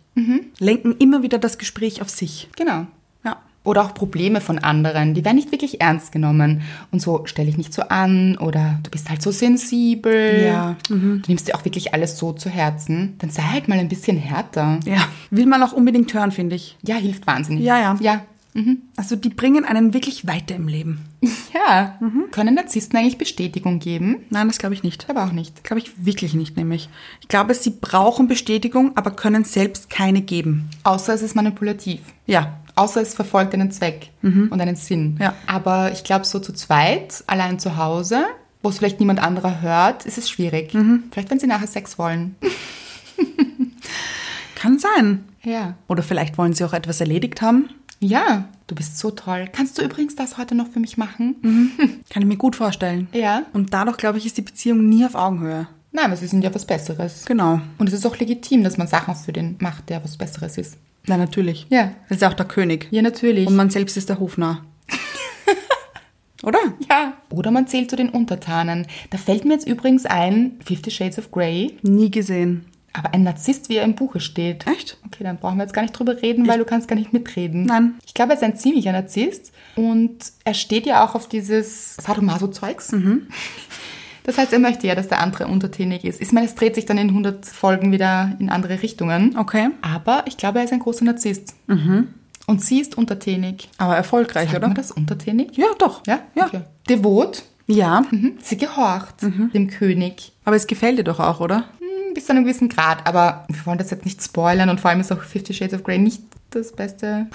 Speaker 2: Lenken immer wieder das Gespräch auf sich.
Speaker 1: Genau.
Speaker 2: Mhm. Ja.
Speaker 1: Oder auch Probleme von anderen, die werden nicht wirklich ernst genommen. Und so stell dich nicht so an oder du bist halt so sensibel. Mhm.
Speaker 2: Ja, Mhm.
Speaker 1: Du nimmst dir auch wirklich alles so zu Herzen. Dann sei halt mal ein bisschen härter.
Speaker 2: Ja. Will man auch unbedingt hören, finde ich.
Speaker 1: Ja, hilft wahnsinnig.
Speaker 2: Ja, ja.
Speaker 1: Ja.
Speaker 2: Also die bringen einen wirklich weiter im Leben.
Speaker 1: Ja.
Speaker 2: Mhm.
Speaker 1: Können Narzissten eigentlich Bestätigung geben?
Speaker 2: Nein, das glaube ich nicht.
Speaker 1: Aber auch nicht.
Speaker 2: Glaube ich wirklich nicht, nämlich. Ich glaube, sie brauchen Bestätigung, aber können selbst keine geben.
Speaker 1: Außer es ist manipulativ.
Speaker 2: Ja.
Speaker 1: Außer es verfolgt einen Zweck und einen Sinn.
Speaker 2: Mhm. Ja.
Speaker 1: Aber ich glaube, so zu zweit, allein zu Hause, wo es vielleicht niemand anderer hört, ist es schwierig.
Speaker 2: Mhm.
Speaker 1: Vielleicht, wenn sie nachher Sex wollen.
Speaker 2: Kann sein.
Speaker 1: Ja.
Speaker 2: Oder vielleicht wollen sie auch etwas erledigt haben.
Speaker 1: Ja, du bist so toll. Kannst du übrigens das heute noch für mich machen?
Speaker 2: Kann ich mir gut vorstellen.
Speaker 1: Ja.
Speaker 2: Und dadurch, glaube ich, ist die Beziehung nie auf Augenhöhe.
Speaker 1: Nein, aber sie sind ja was Besseres.
Speaker 2: Genau.
Speaker 1: Und es ist auch legitim, dass man Sachen für den macht, der was Besseres ist.
Speaker 2: Na, natürlich.
Speaker 1: Ja.
Speaker 2: Das ist ja auch der König.
Speaker 1: Ja, natürlich.
Speaker 2: Und man selbst ist der
Speaker 1: (laughs)
Speaker 2: Hofnarr. Oder?
Speaker 1: ja. Oder man zählt zu den Untertanen. Da fällt mir jetzt übrigens ein, Fifty Shades of Grey,
Speaker 2: Nie gesehen.
Speaker 1: aber ein Narzisst, wie er im Buche steht.
Speaker 2: Echt?
Speaker 1: Okay, dann brauchen wir jetzt gar nicht drüber reden, weil du kannst gar nicht mitreden.
Speaker 2: Nein.
Speaker 1: Ich glaube, er ist ein ziemlicher Narzisst und er steht ja auch auf dieses Sadomaso-Zeugs.
Speaker 2: Mhm.
Speaker 1: (laughs) Das heißt, er möchte ja, dass der andere untertänig ist. Ich meine, es dreht sich dann in 100 Folgen wieder in andere Richtungen.
Speaker 2: Okay.
Speaker 1: Aber ich glaube, er ist ein großer Narzisst. Und sie ist untertänig.
Speaker 2: Aber erfolgreich,
Speaker 1: Sagt
Speaker 2: oder?
Speaker 1: man das untertänig?
Speaker 2: Ja, doch.
Speaker 1: Ja?
Speaker 2: Ja.
Speaker 1: Okay. Devot.
Speaker 2: Ja.
Speaker 1: Mhm. Sie gehorcht
Speaker 2: Mhm.
Speaker 1: dem König.
Speaker 2: Aber es gefällt dir doch auch, oder?
Speaker 1: Hm, Bis zu einem gewissen Grad, aber wir wollen das jetzt nicht spoilern und vor allem ist auch Fifty Shades of Grey nicht das
Speaker 2: (laughs)
Speaker 1: beste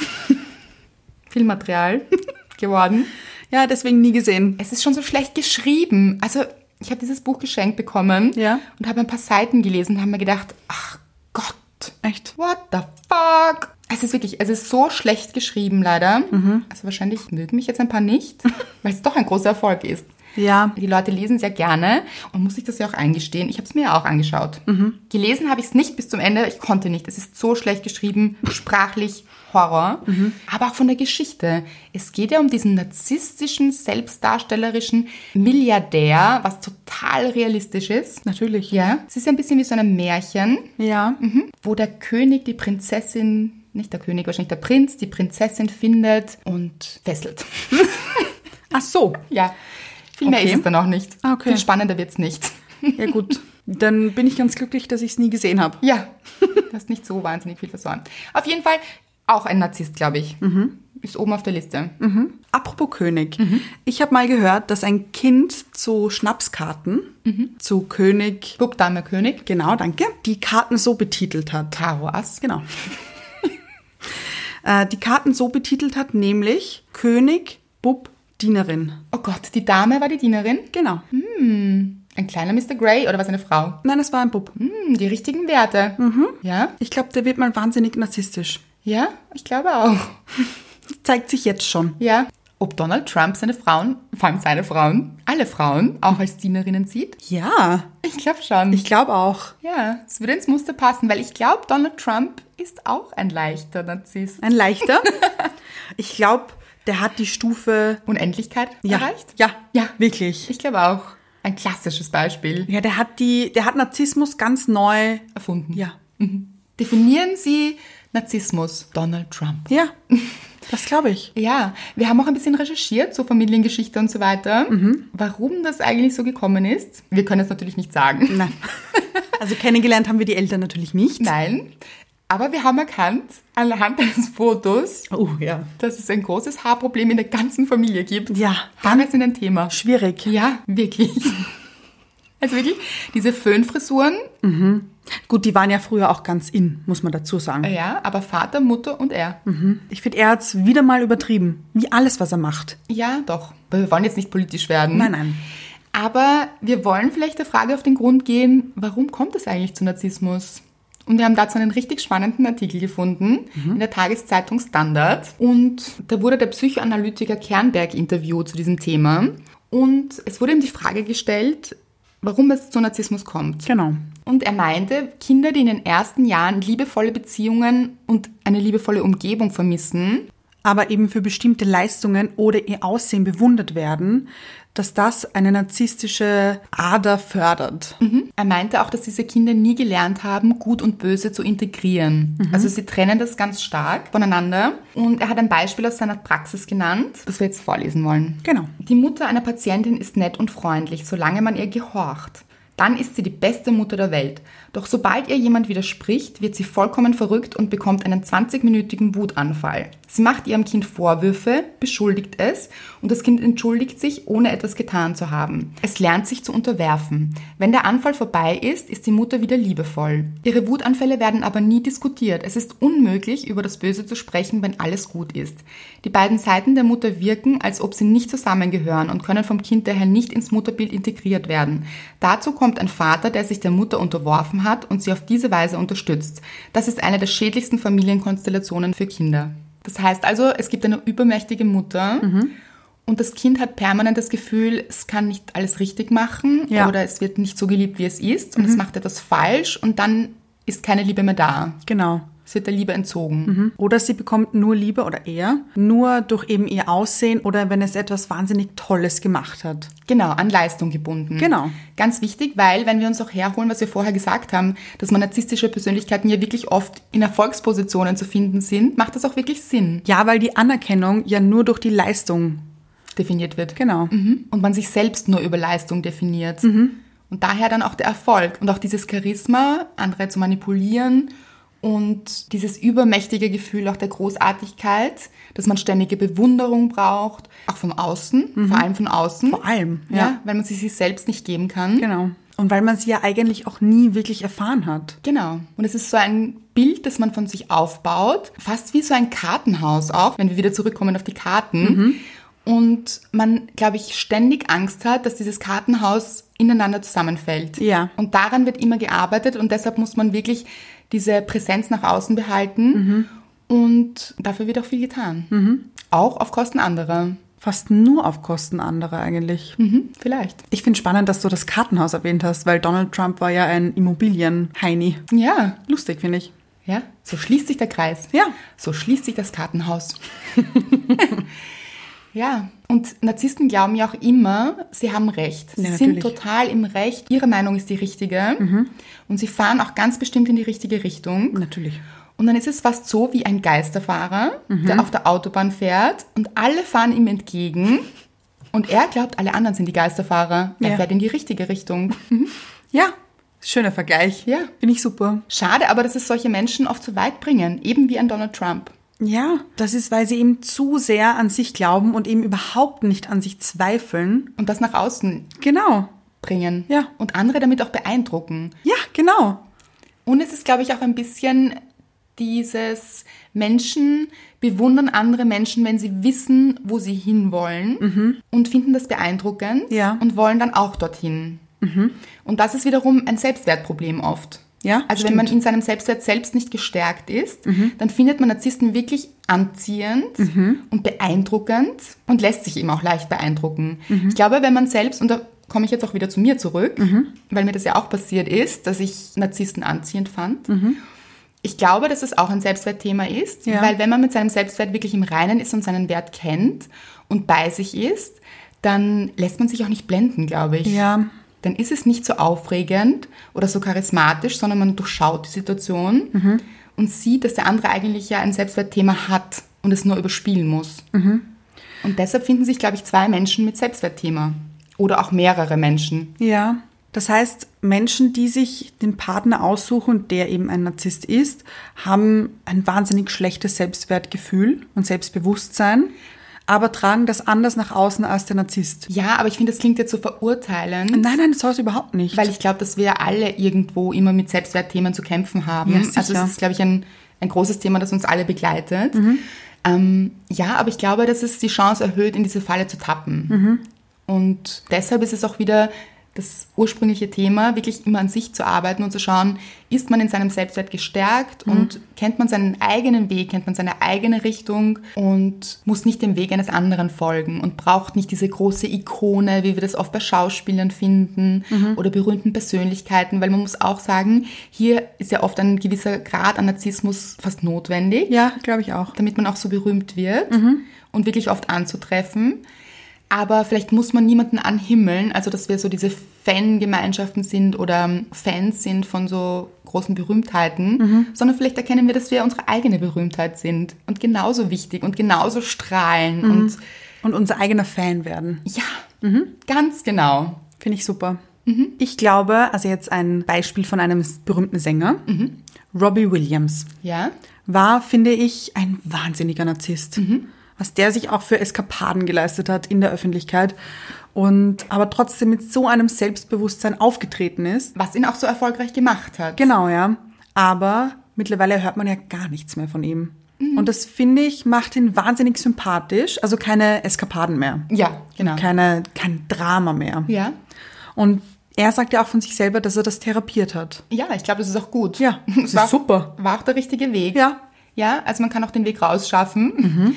Speaker 1: Filmmaterial (laughs) geworden.
Speaker 2: Ja, deswegen nie gesehen.
Speaker 1: Es ist schon so schlecht geschrieben. Also, ich habe dieses Buch geschenkt bekommen
Speaker 2: Ja.
Speaker 1: und habe ein paar Seiten gelesen und habe mir gedacht, ach Gott,
Speaker 2: Echt?
Speaker 1: what the fuck? Es ist wirklich, es ist so schlecht geschrieben leider.
Speaker 2: Mhm.
Speaker 1: Also wahrscheinlich mögen mich jetzt ein
Speaker 2: (laughs)
Speaker 1: paar nicht, weil es doch ein großer Erfolg ist.
Speaker 2: Ja.
Speaker 1: Die Leute lesen sehr gerne und muss ich das ja auch eingestehen. Ich habe es mir ja auch angeschaut.
Speaker 2: Mhm.
Speaker 1: Gelesen habe ich es nicht bis zum Ende. Ich konnte nicht. Es ist so
Speaker 2: (laughs)
Speaker 1: schlecht geschrieben, sprachlich Horror.
Speaker 2: Mhm.
Speaker 1: Aber auch von der Geschichte. Es geht ja um diesen narzisstischen, selbstdarstellerischen Milliardär, was total realistisch ist.
Speaker 2: Natürlich.
Speaker 1: Ja, es ist ein bisschen wie so ein Märchen,
Speaker 2: Ja.
Speaker 1: wo der König die Prinzessin, nicht der König, wahrscheinlich der Prinz, die Prinzessin findet und fesselt.
Speaker 2: Ach so.
Speaker 1: Ja, viel mehr
Speaker 2: Okay.
Speaker 1: ist es dann auch nicht.
Speaker 2: Ah, okay.
Speaker 1: Viel spannender wird's nicht.
Speaker 2: Ja, gut. Dann bin ich ganz glücklich, dass ich es nie gesehen habe.
Speaker 1: Ja, das ist nicht so wahnsinnig viel versäumt. Auf jeden Fall auch ein Narzisst, glaube ich. Ist oben auf der Liste.
Speaker 2: Apropos König. Ich habe mal gehört, dass ein Kind zu Schnapskarten, zu König,
Speaker 1: Bub, Dame, König.
Speaker 2: genau, danke, die Karten so betitelt hat.
Speaker 1: Karo Ass.
Speaker 2: Genau. Äh, die Karten so betitelt hat, nämlich König, Bub, Dienerin.
Speaker 1: Oh Gott, die Dame war die Dienerin.
Speaker 2: Genau.
Speaker 1: Ein kleiner Mr. Grey oder was eine Frau.
Speaker 2: Nein, es war ein Bub.
Speaker 1: Hm, die richtigen Werte. Ja,
Speaker 2: Ich glaube, der wird mal wahnsinnig narzisstisch.
Speaker 1: ja, ich glaube auch.
Speaker 2: Zeigt sich jetzt schon.
Speaker 1: Ja. Ob Donald Trump seine Frauen, vor allem seine Frauen, alle Frauen auch als Dienerinnen sieht?
Speaker 2: Ja,
Speaker 1: Ich glaube schon.
Speaker 2: ich glaube auch.
Speaker 1: ja, es würde ins Muster passen, weil ich glaube, Donald Trump ist auch ein leichter Narzisst.
Speaker 2: Ein (laughs) leichter. ich glaube, der hat die Stufe
Speaker 1: Unendlichkeit
Speaker 2: ja,
Speaker 1: erreicht?
Speaker 2: Ja,
Speaker 1: Ja.
Speaker 2: ja, wirklich.
Speaker 1: Ich glaube auch. Ein klassisches Beispiel.
Speaker 2: Ja, der hat die, der hat Narzissmus ganz neu.
Speaker 1: Erfunden.
Speaker 2: Ja,
Speaker 1: Definieren Sie Narzissmus. Donald Trump.
Speaker 2: ja, das glaube ich.
Speaker 1: Ja, wir haben auch ein bisschen recherchiert, so Familiengeschichte und so weiter,
Speaker 2: Mhm.
Speaker 1: warum das eigentlich so gekommen ist. Wir können es natürlich nicht
Speaker 2: (laughs)
Speaker 1: sagen.
Speaker 2: Nein. Also kennengelernt haben wir die Eltern natürlich nicht.
Speaker 1: (laughs) Nein, aber wir haben erkannt, anhand eines Fotos,
Speaker 2: Oh ja.
Speaker 1: dass es ein großes Haarproblem in der ganzen Familie gibt.
Speaker 2: Ja,
Speaker 1: Haare wir sind ein Thema.
Speaker 2: schwierig.
Speaker 1: Ja, wirklich. (laughs) Also wirklich, diese Föhnfrisuren,
Speaker 2: Gut, die waren ja früher auch ganz in, muss man dazu sagen.
Speaker 1: ja, aber Vater, Mutter und er.
Speaker 2: Hm. Ich finde, er hat es wieder mal übertrieben. Wie alles, was er macht.
Speaker 1: Ja, doch. Weil Wir wollen jetzt nicht politisch werden.
Speaker 2: Nein, nein.
Speaker 1: Aber wir wollen vielleicht der Frage auf den Grund gehen, warum kommt es eigentlich zu Narzissmus? Und wir haben dazu einen richtig spannenden Artikel gefunden
Speaker 2: Mhm.
Speaker 1: in der Tageszeitung Standard. Und da wurde der Psychoanalytiker Kernberg interviewt zu diesem Thema. Und es wurde ihm die Frage gestellt, warum es zu Narzissmus kommt.
Speaker 2: Genau.
Speaker 1: Und er meinte, Kinder, die in den ersten Jahren liebevolle Beziehungen und eine liebevolle Umgebung vermissen,
Speaker 2: aber eben für bestimmte Leistungen oder ihr Aussehen bewundert werden, dass das eine narzisstische Ader fördert.
Speaker 1: er meinte auch, dass diese Kinder nie gelernt haben, gut und böse zu integrieren. Also sie trennen das ganz stark voneinander. Und er hat ein Beispiel aus seiner Praxis genannt, das wir jetzt vorlesen wollen.
Speaker 2: Genau.
Speaker 1: Die Mutter einer Patientin ist nett und freundlich, solange man ihr gehorcht. Dann ist sie die beste Mutter der Welt. Doch sobald ihr jemand widerspricht, wird sie vollkommen verrückt und bekommt einen 20-minütigen Wutanfall. Sie macht ihrem Kind Vorwürfe, beschuldigt es und das Kind entschuldigt sich, ohne etwas getan zu haben. Es lernt sich zu unterwerfen. Wenn der Anfall vorbei ist, ist die Mutter wieder liebevoll. Ihre Wutanfälle werden aber nie diskutiert. Es ist unmöglich, über das Böse zu sprechen, wenn alles gut ist. Die beiden Seiten der Mutter wirken, als ob sie nicht zusammengehören und können vom Kind daher nicht ins Mutterbild integriert werden. Dazu kommt ein Vater, der sich der Mutter unterworfen hat und sie auf diese Weise unterstützt. Das ist eine der schädlichsten Familienkonstellationen für Kinder. Das heißt also, es gibt eine übermächtige Mutter. Und das Kind hat permanent das Gefühl, es kann nicht alles richtig machen
Speaker 2: Ja. Mhm.
Speaker 1: oder es wird nicht so geliebt, wie es ist und es macht etwas falsch und dann ist keine Liebe mehr da.
Speaker 2: Genau.
Speaker 1: Es wird der Liebe entzogen.
Speaker 2: Oder sie bekommt nur Liebe oder er, nur durch eben ihr Aussehen oder wenn es etwas wahnsinnig Tolles gemacht hat.
Speaker 1: Genau, an Leistung gebunden.
Speaker 2: Genau.
Speaker 1: Ganz wichtig, weil wenn wir uns auch herholen, was wir vorher gesagt haben, dass man narzisstische Persönlichkeiten ja wirklich oft in Erfolgspositionen zu finden sind, macht das auch wirklich Sinn,
Speaker 2: Ja, weil die Anerkennung ja nur durch die Leistung,
Speaker 1: definiert wird.
Speaker 2: genau.
Speaker 1: Mhm. Und man sich selbst nur über Leistung definiert.
Speaker 2: Mhm.
Speaker 1: Und daher dann auch der Erfolg und auch dieses Charisma, andere zu manipulieren und dieses übermächtige Gefühl auch der Großartigkeit, dass man ständige Bewunderung braucht, auch von außen, vor allem von außen.
Speaker 2: Mhm. Vor allem,
Speaker 1: ja.
Speaker 2: ja.
Speaker 1: weil man sie sich selbst nicht geben kann.
Speaker 2: Genau. Und weil man sie ja eigentlich auch nie wirklich erfahren hat.
Speaker 1: Genau. Und es ist so ein Bild, das man von sich aufbaut, fast wie so ein Kartenhaus auch, wenn wir wieder zurückkommen auf die Karten. Und man, glaube ich, ständig Angst hat, dass dieses Kartenhaus ineinander zusammenfällt.
Speaker 2: Ja.
Speaker 1: Und daran wird immer gearbeitet und deshalb muss man wirklich diese Präsenz nach außen behalten. Und dafür wird auch viel getan. Auch auf Kosten anderer.
Speaker 2: Fast nur auf Kosten anderer eigentlich.
Speaker 1: Mhm, vielleicht.
Speaker 2: Ich finde spannend, dass du das Kartenhaus erwähnt hast, weil Donald Trump war ja ein Immobilienheini.
Speaker 1: Ja.
Speaker 2: Lustig, finde ich.
Speaker 1: Ja, so schließt sich der Kreis.
Speaker 2: Ja.
Speaker 1: So schließt sich das Kartenhaus. (laughs) ja, und Narzissten glauben ja auch immer, sie haben recht. Sie
Speaker 2: Ja,
Speaker 1: sind
Speaker 2: natürlich. Mhm.
Speaker 1: total im Recht. Ihre Meinung ist die richtige. Und sie fahren auch ganz bestimmt in die richtige Richtung.
Speaker 2: Natürlich.
Speaker 1: Und dann ist es fast so wie ein Geisterfahrer,
Speaker 2: Mhm.
Speaker 1: der auf der Autobahn fährt und alle fahren ihm entgegen. Und er glaubt, alle anderen sind die Geisterfahrer. Er
Speaker 2: Ja.
Speaker 1: fährt in die richtige Richtung.
Speaker 2: Ja, schöner Vergleich.
Speaker 1: Ja.
Speaker 2: Finde ich super.
Speaker 1: Schade aber, dass es solche Menschen oft so weit bringen. Eben wie ein Donald Trump.
Speaker 2: Ja, das ist, weil sie eben zu sehr an sich glauben und eben überhaupt nicht an sich zweifeln.
Speaker 1: Und das nach außen
Speaker 2: Genau.
Speaker 1: bringen.
Speaker 2: Ja.
Speaker 1: Und andere damit auch beeindrucken.
Speaker 2: Ja, genau.
Speaker 1: Und es ist, glaube ich, auch ein bisschen dieses Menschen bewundern andere Menschen, wenn sie wissen, wo sie hinwollen und finden das beeindruckend
Speaker 2: Mhm. Ja.
Speaker 1: und wollen dann auch dorthin. Und das ist wiederum ein Selbstwertproblem oft.
Speaker 2: Ja,
Speaker 1: also wenn man in seinem Selbstwert selbst nicht gestärkt ist, dann findet man Narzissten wirklich anziehend und beeindruckend und lässt sich eben auch leicht beeindrucken. Ich glaube, wenn man selbst, und da komme ich jetzt auch wieder zu mir zurück, weil mir das ja auch passiert ist, dass ich Narzissten anziehend fand. Ich glaube, dass es auch ein Selbstwertthema ist,
Speaker 2: Ja.
Speaker 1: weil wenn man mit seinem Selbstwert wirklich im Reinen ist und seinen Wert kennt und bei sich ist, dann lässt man sich auch nicht blenden, glaube ich.
Speaker 2: Ja.
Speaker 1: Dann ist es nicht so aufregend oder so charismatisch, sondern man durchschaut die Situation
Speaker 2: Mhm.
Speaker 1: und sieht, dass der andere eigentlich ja ein Selbstwertthema hat und es nur überspielen muss.
Speaker 2: Mhm.
Speaker 1: Und deshalb finden sich, glaube ich, zwei Menschen mit Selbstwertthema oder auch mehrere Menschen.
Speaker 2: Ja. Das heißt, Menschen, die sich den Partner aussuchen, der eben ein Narzisst ist, haben ein wahnsinnig schlechtes Selbstwertgefühl und Selbstbewusstsein, aber tragen das anders nach außen als der Narzisst.
Speaker 1: Ja, aber ich finde, das klingt jetzt so verurteilend.
Speaker 2: Nein, nein, das soll es überhaupt nicht.
Speaker 1: Weil ich glaube, dass wir alle irgendwo immer mit Selbstwertthemen zu kämpfen haben.
Speaker 2: Ja, sicher.
Speaker 1: also es ist, glaube ich, ein, ein großes Thema, das uns alle begleitet.
Speaker 2: Mhm.
Speaker 1: Ähm, ja, aber ich glaube, dass es die Chance erhöht, in diese Falle zu tappen. Und deshalb ist es auch wieder, das ursprüngliche Thema, wirklich immer an sich zu arbeiten und zu schauen, ist man in seinem Selbstwert gestärkt und kennt man seinen eigenen Weg, kennt man seine eigene Richtung und muss nicht dem Weg eines anderen folgen und braucht nicht diese große Ikone, wie wir das oft bei Schauspielern finden oder berühmten Persönlichkeiten, weil man muss auch sagen, hier ist ja oft ein gewisser Grad an Narzissmus fast notwendig
Speaker 2: Ja, glaube ich auch.
Speaker 1: damit man auch so berühmt wird und wirklich oft anzutreffen. Aber vielleicht muss man niemanden anhimmeln, also dass wir so diese Fangemeinschaften sind oder ähm, Fans sind von so großen Berühmtheiten, sondern vielleicht erkennen wir, dass wir unsere eigene Berühmtheit sind und genauso wichtig und genauso strahlen und
Speaker 2: Und unser eigener Fan werden.
Speaker 1: ja, ganz genau.
Speaker 2: Finde ich super. Ich glaube, also jetzt ein Beispiel von einem berühmten Sänger, Robbie Williams.
Speaker 1: Ja,
Speaker 2: war, finde ich, ein wahnsinniger Narzisst. Was der sich auch für Eskapaden geleistet hat in der Öffentlichkeit und aber trotzdem mit so einem Selbstbewusstsein aufgetreten ist.
Speaker 1: was ihn auch so erfolgreich gemacht hat.
Speaker 2: Genau, ja. Aber mittlerweile hört man ja gar nichts mehr von ihm. Und das, finde ich, macht ihn wahnsinnig sympathisch. Also keine Eskapaden mehr.
Speaker 1: Ja, genau.
Speaker 2: Keine, kein Drama mehr.
Speaker 1: Ja.
Speaker 2: Und er sagt ja auch von sich selber, dass er das therapiert hat.
Speaker 1: Ja, ich glaube, das ist auch gut. (laughs)
Speaker 2: Ja, das ist
Speaker 1: war,
Speaker 2: super.
Speaker 1: War auch der richtige Weg.
Speaker 2: Ja. Mhm.
Speaker 1: Ja, also man kann auch den Weg rausschaffen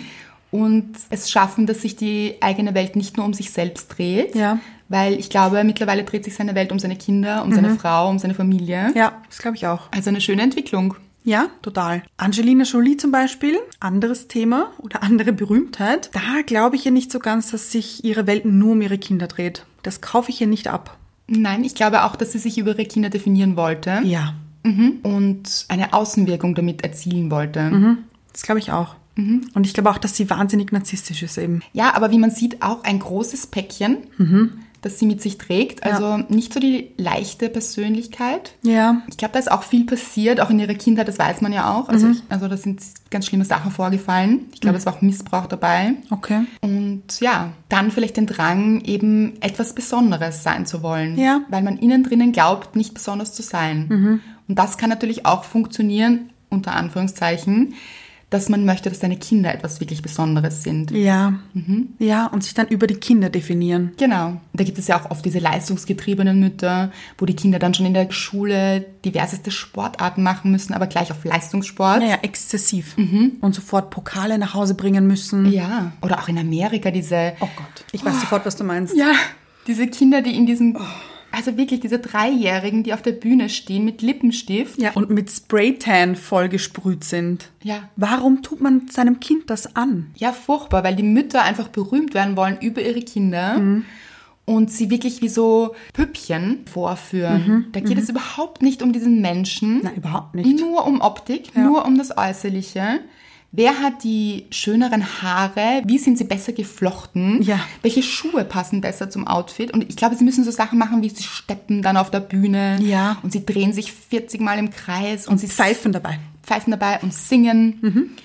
Speaker 1: und es schaffen, dass sich die eigene Welt nicht nur um sich selbst dreht.
Speaker 2: Ja.
Speaker 1: Weil ich glaube, mittlerweile dreht sich seine Welt um seine Kinder, um seine Frau, um seine Familie.
Speaker 2: Mhm. Ja, das glaube ich auch.
Speaker 1: Also eine schöne Entwicklung.
Speaker 2: Ja, total. Angelina Jolie zum Beispiel, anderes Thema oder (laughs) andere Berühmtheit. Da glaube ich ja nicht so ganz, dass sich ihre Welt nur um ihre Kinder dreht. Das kaufe ich ihr nicht ab.
Speaker 1: Nein, ich glaube auch, dass sie sich über ihre Kinder definieren wollte
Speaker 2: Ja,
Speaker 1: mhm. und eine Außenwirkung damit erzielen wollte.
Speaker 2: Mhm. das glaube ich auch. Und ich glaube auch, dass sie wahnsinnig narzisstisch ist eben.
Speaker 1: Ja, aber wie man sieht, auch ein großes Päckchen, das sie mit sich trägt. Also nicht so die leichte Persönlichkeit.
Speaker 2: Ja,
Speaker 1: Ich glaube, da ist auch viel passiert, auch in ihrer Kindheit, das weiß man ja auch. Also, ich, also da sind ganz schlimme Sachen vorgefallen. Ich glaube, es war auch Missbrauch dabei.
Speaker 2: okay.
Speaker 1: Und ja, dann vielleicht den Drang, eben etwas Besonderes sein zu wollen.
Speaker 2: Ja.
Speaker 1: Weil man innen drinnen glaubt, nicht besonders zu sein. Und das kann natürlich auch funktionieren, unter Anführungszeichen, dass man möchte, dass seine Kinder etwas wirklich Besonderes sind.
Speaker 2: Ja, ja, und sich dann über die Kinder definieren.
Speaker 1: Genau. Da gibt es ja auch oft diese leistungsgetriebenen Mütter, wo die Kinder dann schon in der Schule diverseste Sportarten machen müssen, aber gleich auf Leistungssport.
Speaker 2: Naja, exzessiv. Und sofort Pokale nach Hause bringen müssen.
Speaker 1: Ja. Oder auch in Amerika diese.
Speaker 2: Oh Gott, ich weiß sofort, was du meinst.
Speaker 1: Ja. Diese Kinder, die in diesen. Also wirklich diese Dreijährigen, die auf der Bühne stehen mit Lippenstift.
Speaker 2: Ja, und mit Spraytan vollgesprüht sind.
Speaker 1: Ja.
Speaker 2: Warum tut man seinem Kind das an?
Speaker 1: Ja, furchtbar, weil die Mütter einfach berühmt werden wollen über ihre Kinder.
Speaker 2: Mhm.
Speaker 1: Und sie wirklich wie so Püppchen vorführen.
Speaker 2: Mhm.
Speaker 1: Da geht es überhaupt nicht um diesen Menschen.
Speaker 2: Nein, überhaupt nicht.
Speaker 1: Nur um Optik, nur um das Äußerliche. Wer hat die schöneren Haare? Wie sind sie besser geflochten?
Speaker 2: Ja.
Speaker 1: Welche Schuhe passen besser zum Outfit? Und ich glaube, sie müssen so Sachen machen, wie sie steppen dann auf der Bühne.
Speaker 2: Ja.
Speaker 1: Und sie drehen sich 40 Mal im Kreis und, sie
Speaker 2: Pfeifen Mhm. dabei.
Speaker 1: pfeifen dabei und singen.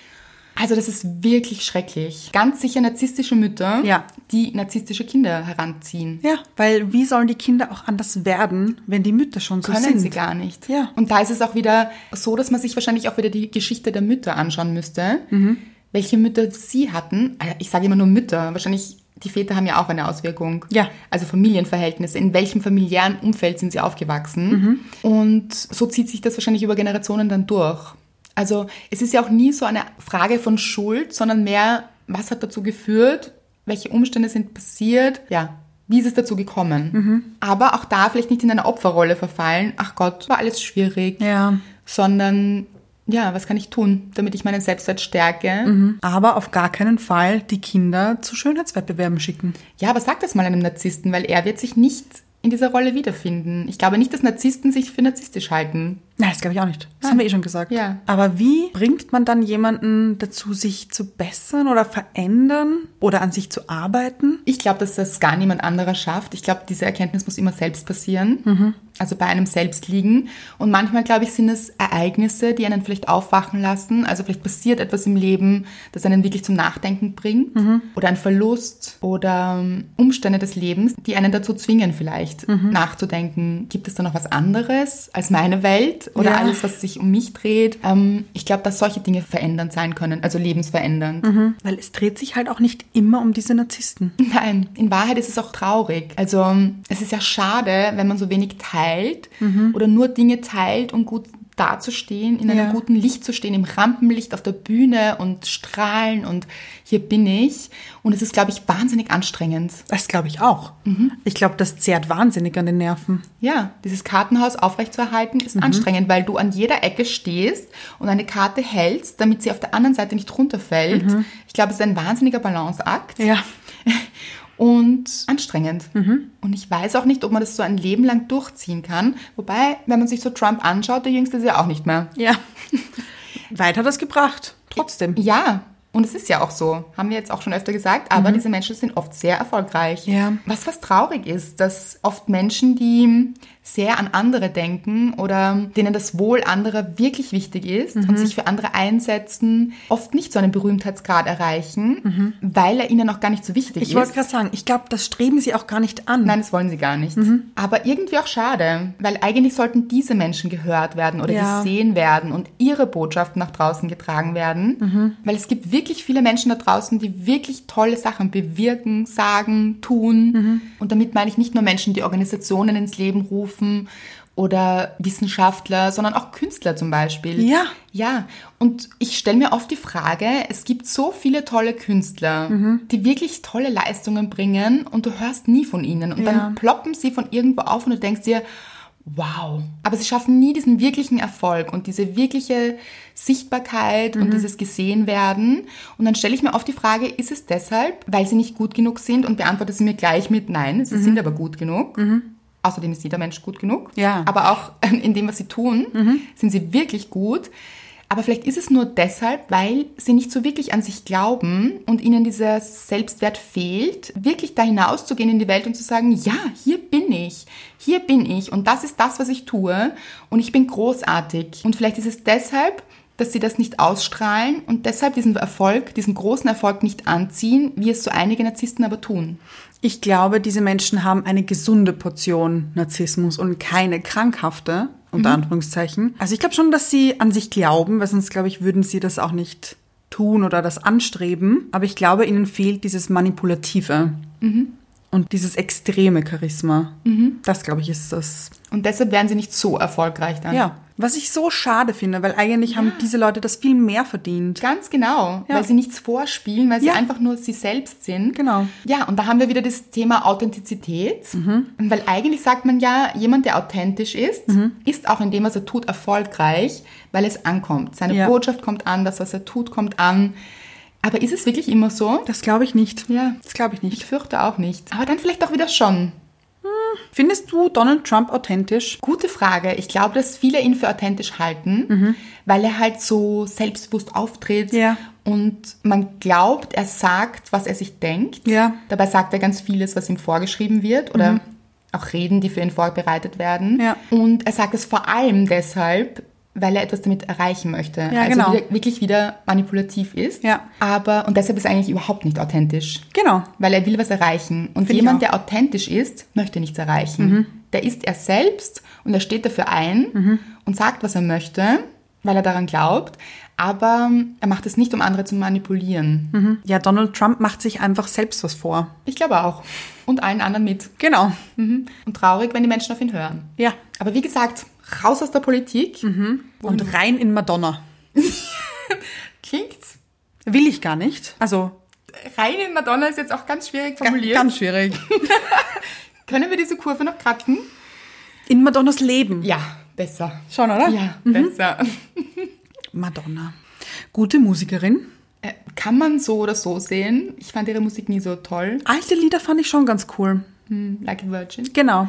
Speaker 1: Also das ist wirklich schrecklich. Ganz sicher narzisstische Mütter,
Speaker 2: Ja.
Speaker 1: die narzisstische Kinder heranziehen.
Speaker 2: Ja, weil wie sollen die Kinder auch anders werden, wenn die Mütter schon so
Speaker 1: Können
Speaker 2: sind?
Speaker 1: sie gar nicht.
Speaker 2: Ja.
Speaker 1: Und da ist es auch wieder so, dass man sich wahrscheinlich auch wieder die Geschichte der Mütter anschauen müsste.
Speaker 2: Mhm.
Speaker 1: Welche Mütter sie hatten. Also Ich sage immer nur Mütter. Wahrscheinlich die Väter haben ja auch eine Auswirkung.
Speaker 2: Ja.
Speaker 1: Also Familienverhältnisse. In welchem familiären Umfeld sind sie aufgewachsen? Und so zieht sich das wahrscheinlich über Generationen dann durch. Also es ist ja auch nie so eine Frage von Schuld, sondern mehr, was hat dazu geführt? Welche Umstände sind passiert? Ja. Wie ist es dazu gekommen? Aber auch da vielleicht nicht in eine Opferrolle verfallen. Ach Gott, war alles schwierig.
Speaker 2: Ja.
Speaker 1: Sondern, ja, was kann ich tun, damit ich meinen Selbstwert stärke?
Speaker 2: Mhm. Aber auf gar keinen Fall die Kinder zu Schönheitswettbewerben schicken.
Speaker 1: Ja, aber sag das mal einem Narzissten, weil er wird sich nicht in dieser Rolle wiederfinden. Ich glaube nicht, dass Narzissten sich für narzisstisch halten.
Speaker 2: Nein, das glaube ich auch nicht. Das haben wir eh schon gesagt.
Speaker 1: Ja.
Speaker 2: Aber wie bringt man dann jemanden dazu, sich zu bessern oder verändern oder an sich zu arbeiten?
Speaker 1: Ich glaube, dass das gar niemand anderer schafft. Ich glaube, diese Erkenntnis muss immer selbst passieren. also bei einem selbst liegen. Und manchmal, glaube ich, sind es Ereignisse, die einen vielleicht aufwachen lassen. Also vielleicht passiert etwas im Leben, das einen wirklich zum Nachdenken bringt. Oder ein Verlust oder ähm, Umstände des Lebens, die einen dazu zwingen, vielleicht nachzudenken, gibt es da noch was anderes als meine Welt oder
Speaker 2: Ja.
Speaker 1: alles, was sich um mich dreht. Ähm, ich glaube, dass solche Dinge verändernd sein können, also lebensverändernd.
Speaker 2: Mhm. Weil es dreht sich halt auch nicht immer um diese Narzissten.
Speaker 1: Nein, in Wahrheit ist es auch traurig. Also ähm, es ist ja schade, wenn man so wenig teilt oder nur Dinge teilt, um gut dazustehen, in
Speaker 2: Ja.
Speaker 1: einem guten Licht zu stehen, im Rampenlicht auf der Bühne und strahlen und hier bin ich. Und es ist, glaube ich, wahnsinnig anstrengend.
Speaker 2: Das glaube ich auch. Ich glaube, das zehrt wahnsinnig an den Nerven.
Speaker 1: Ja, dieses Kartenhaus aufrechtzuerhalten ist anstrengend, weil du an jeder Ecke stehst und eine Karte hältst, damit sie auf der anderen Seite nicht runterfällt. Ich glaube, es ist ein wahnsinniger Balanceakt.
Speaker 2: Ja.
Speaker 1: und anstrengend.
Speaker 2: Mhm.
Speaker 1: Und ich weiß auch nicht, ob man das so ein Leben lang durchziehen kann. Wobei, wenn man sich so Trump anschaut, der Jüngste ist ja auch nicht mehr.
Speaker 2: (laughs) Ja. Weit hat das gebracht. Trotzdem.
Speaker 1: Ja, und es ist ja auch so, haben wir jetzt auch schon öfter gesagt, aber diese Menschen sind oft sehr erfolgreich.
Speaker 2: Mhm. Ja.
Speaker 1: Was was traurig ist, dass oft Menschen, die sehr an andere denken oder denen das Wohl anderer wirklich wichtig ist
Speaker 2: Mhm.
Speaker 1: und sich für andere einsetzen, oft nicht so einen Berühmtheitsgrad erreichen, weil er ihnen auch gar nicht so wichtig
Speaker 2: Mhm. Ich
Speaker 1: ist.
Speaker 2: wollte gerade sagen, ich glaube, das streben sie auch gar nicht an.
Speaker 1: Nein, das wollen sie gar nicht.
Speaker 2: Mhm.
Speaker 1: Aber irgendwie auch schade, weil eigentlich sollten diese Menschen gehört werden oder
Speaker 2: Ja.
Speaker 1: gesehen werden und ihre Botschaften nach draußen getragen werden.
Speaker 2: Mhm.
Speaker 1: Weil es gibt wirklich viele Menschen da draußen, die wirklich tolle Sachen bewirken, sagen, tun.
Speaker 2: Mhm.
Speaker 1: Und damit meine ich nicht nur Menschen, die Organisationen ins Leben rufen oder Wissenschaftler, sondern auch Künstler zum Beispiel.
Speaker 2: Ja.
Speaker 1: Ja, und ich stelle mir oft die Frage, es gibt so viele tolle Künstler,
Speaker 2: Mhm.
Speaker 1: die wirklich tolle Leistungen bringen und du hörst nie von ihnen. Und
Speaker 2: Ja.
Speaker 1: dann ploppen sie von irgendwo auf und du denkst dir, wow. Aber sie schaffen nie diesen wirklichen Erfolg und diese wirkliche Sichtbarkeit
Speaker 2: Mhm.
Speaker 1: und dieses Gesehenwerden. Und dann stelle ich mir oft die Frage, ist es deshalb, weil sie nicht gut genug sind? Und beantwortet sie mir gleich mit, nein,
Speaker 2: Mhm.
Speaker 1: sie sind aber gut genug. Außerdem ist jeder Mensch gut genug.
Speaker 2: Ja.
Speaker 1: Aber aber auch ähm, in dem, was sie tun, sind sie wirklich gut. Aber vielleicht ist es nur deshalb, weil sie nicht so wirklich an sich glauben und ihnen dieser Selbstwert fehlt, wirklich da hinauszugehen in die Welt und zu sagen, ja, hier bin ich, hier bin ich und das ist das, was ich tue und ich bin großartig. Und vielleicht ist es deshalb, dass sie das nicht ausstrahlen und deshalb diesen Erfolg, diesen großen Erfolg nicht anziehen, wie es so einige Narzissten aber tun.
Speaker 2: Ich glaube, diese Menschen haben eine gesunde Portion Narzissmus und keine krankhafte, unter Anführungszeichen. Also ich glaube schon, dass sie an sich glauben, weil sonst, glaube ich, würden sie das auch nicht tun oder das anstreben. Aber ich glaube, ihnen fehlt dieses Manipulative Mhm. und dieses extreme Charisma. Das, glaube ich, ist das.
Speaker 1: Und deshalb werden sie nicht so erfolgreich dann.
Speaker 2: Ja. Was ich so schade finde, weil eigentlich haben diese Leute das viel mehr verdient.
Speaker 1: Ganz genau,
Speaker 2: Ja.
Speaker 1: weil sie nichts vorspielen, weil sie
Speaker 2: Ja.
Speaker 1: einfach nur sie selbst sind.
Speaker 2: Genau. Mhm.
Speaker 1: Ja, und da haben wir wieder das Thema Authentizität, weil eigentlich sagt man ja, jemand, der authentisch ist,
Speaker 2: Mhm.
Speaker 1: ist auch in dem, was er tut, erfolgreich, weil es ankommt. Seine
Speaker 2: Ja.
Speaker 1: Botschaft kommt an, das, was er tut, kommt an. Aber ist es wirklich immer so?
Speaker 2: Das glaube ich nicht.
Speaker 1: Ja.
Speaker 2: Das glaube ich
Speaker 1: Ich
Speaker 2: nicht.
Speaker 1: fürchte auch nicht. Aber dann vielleicht auch wieder schon.
Speaker 2: Findest du Donald Trump authentisch?
Speaker 1: Gute Frage. Ich glaube, dass viele ihn für authentisch halten, weil er halt so selbstbewusst auftritt
Speaker 2: Mhm. Ja.
Speaker 1: und man glaubt, er sagt, was er sich denkt.
Speaker 2: Ja.
Speaker 1: Dabei sagt er ganz vieles, was ihm vorgeschrieben wird oder auch Reden, die für ihn vorbereitet werden.
Speaker 2: Mhm. Ja.
Speaker 1: Und er sagt es vor allem deshalb, weil er etwas damit erreichen möchte.
Speaker 2: Ja,
Speaker 1: also
Speaker 2: genau.
Speaker 1: wieder, wirklich wieder manipulativ ist.
Speaker 2: Ja.
Speaker 1: Aber, und deshalb ist er eigentlich überhaupt nicht authentisch.
Speaker 2: Genau.
Speaker 1: Weil er will was erreichen. Und
Speaker 2: Finde ich auch. Mhm.
Speaker 1: jemand, der authentisch ist, möchte nichts erreichen. Der ist er selbst und er steht dafür ein und sagt, was er möchte, weil er daran glaubt. Aber er macht es nicht, um andere zu manipulieren.
Speaker 2: Mhm. Ja, Donald Trump macht sich einfach selbst was vor.
Speaker 1: Ich glaube auch. Und allen anderen mit.
Speaker 2: Genau.
Speaker 1: Und traurig, wenn die Menschen auf ihn hören.
Speaker 2: Ja.
Speaker 1: Aber wie gesagt, raus aus der Politik.
Speaker 2: Und rein in Madonna.
Speaker 1: Klingt's?
Speaker 2: Will ich gar nicht. Also,
Speaker 1: Rein in Madonna ist jetzt auch ganz schwierig
Speaker 2: ga-
Speaker 1: formuliert.
Speaker 2: ganz schwierig.
Speaker 1: Können wir diese Kurve noch kratzen?
Speaker 2: In Madonnas Leben.
Speaker 1: Ja, besser.
Speaker 2: Schon, oder?
Speaker 1: Ja, besser.
Speaker 2: Madonna. Gute Musikerin.
Speaker 1: Äh, Kann man so oder so sehen. Ich fand ihre Musik nie so toll.
Speaker 2: Alte Lieder fand ich schon ganz cool.
Speaker 1: Hm, Like a Virgin.
Speaker 2: Genau.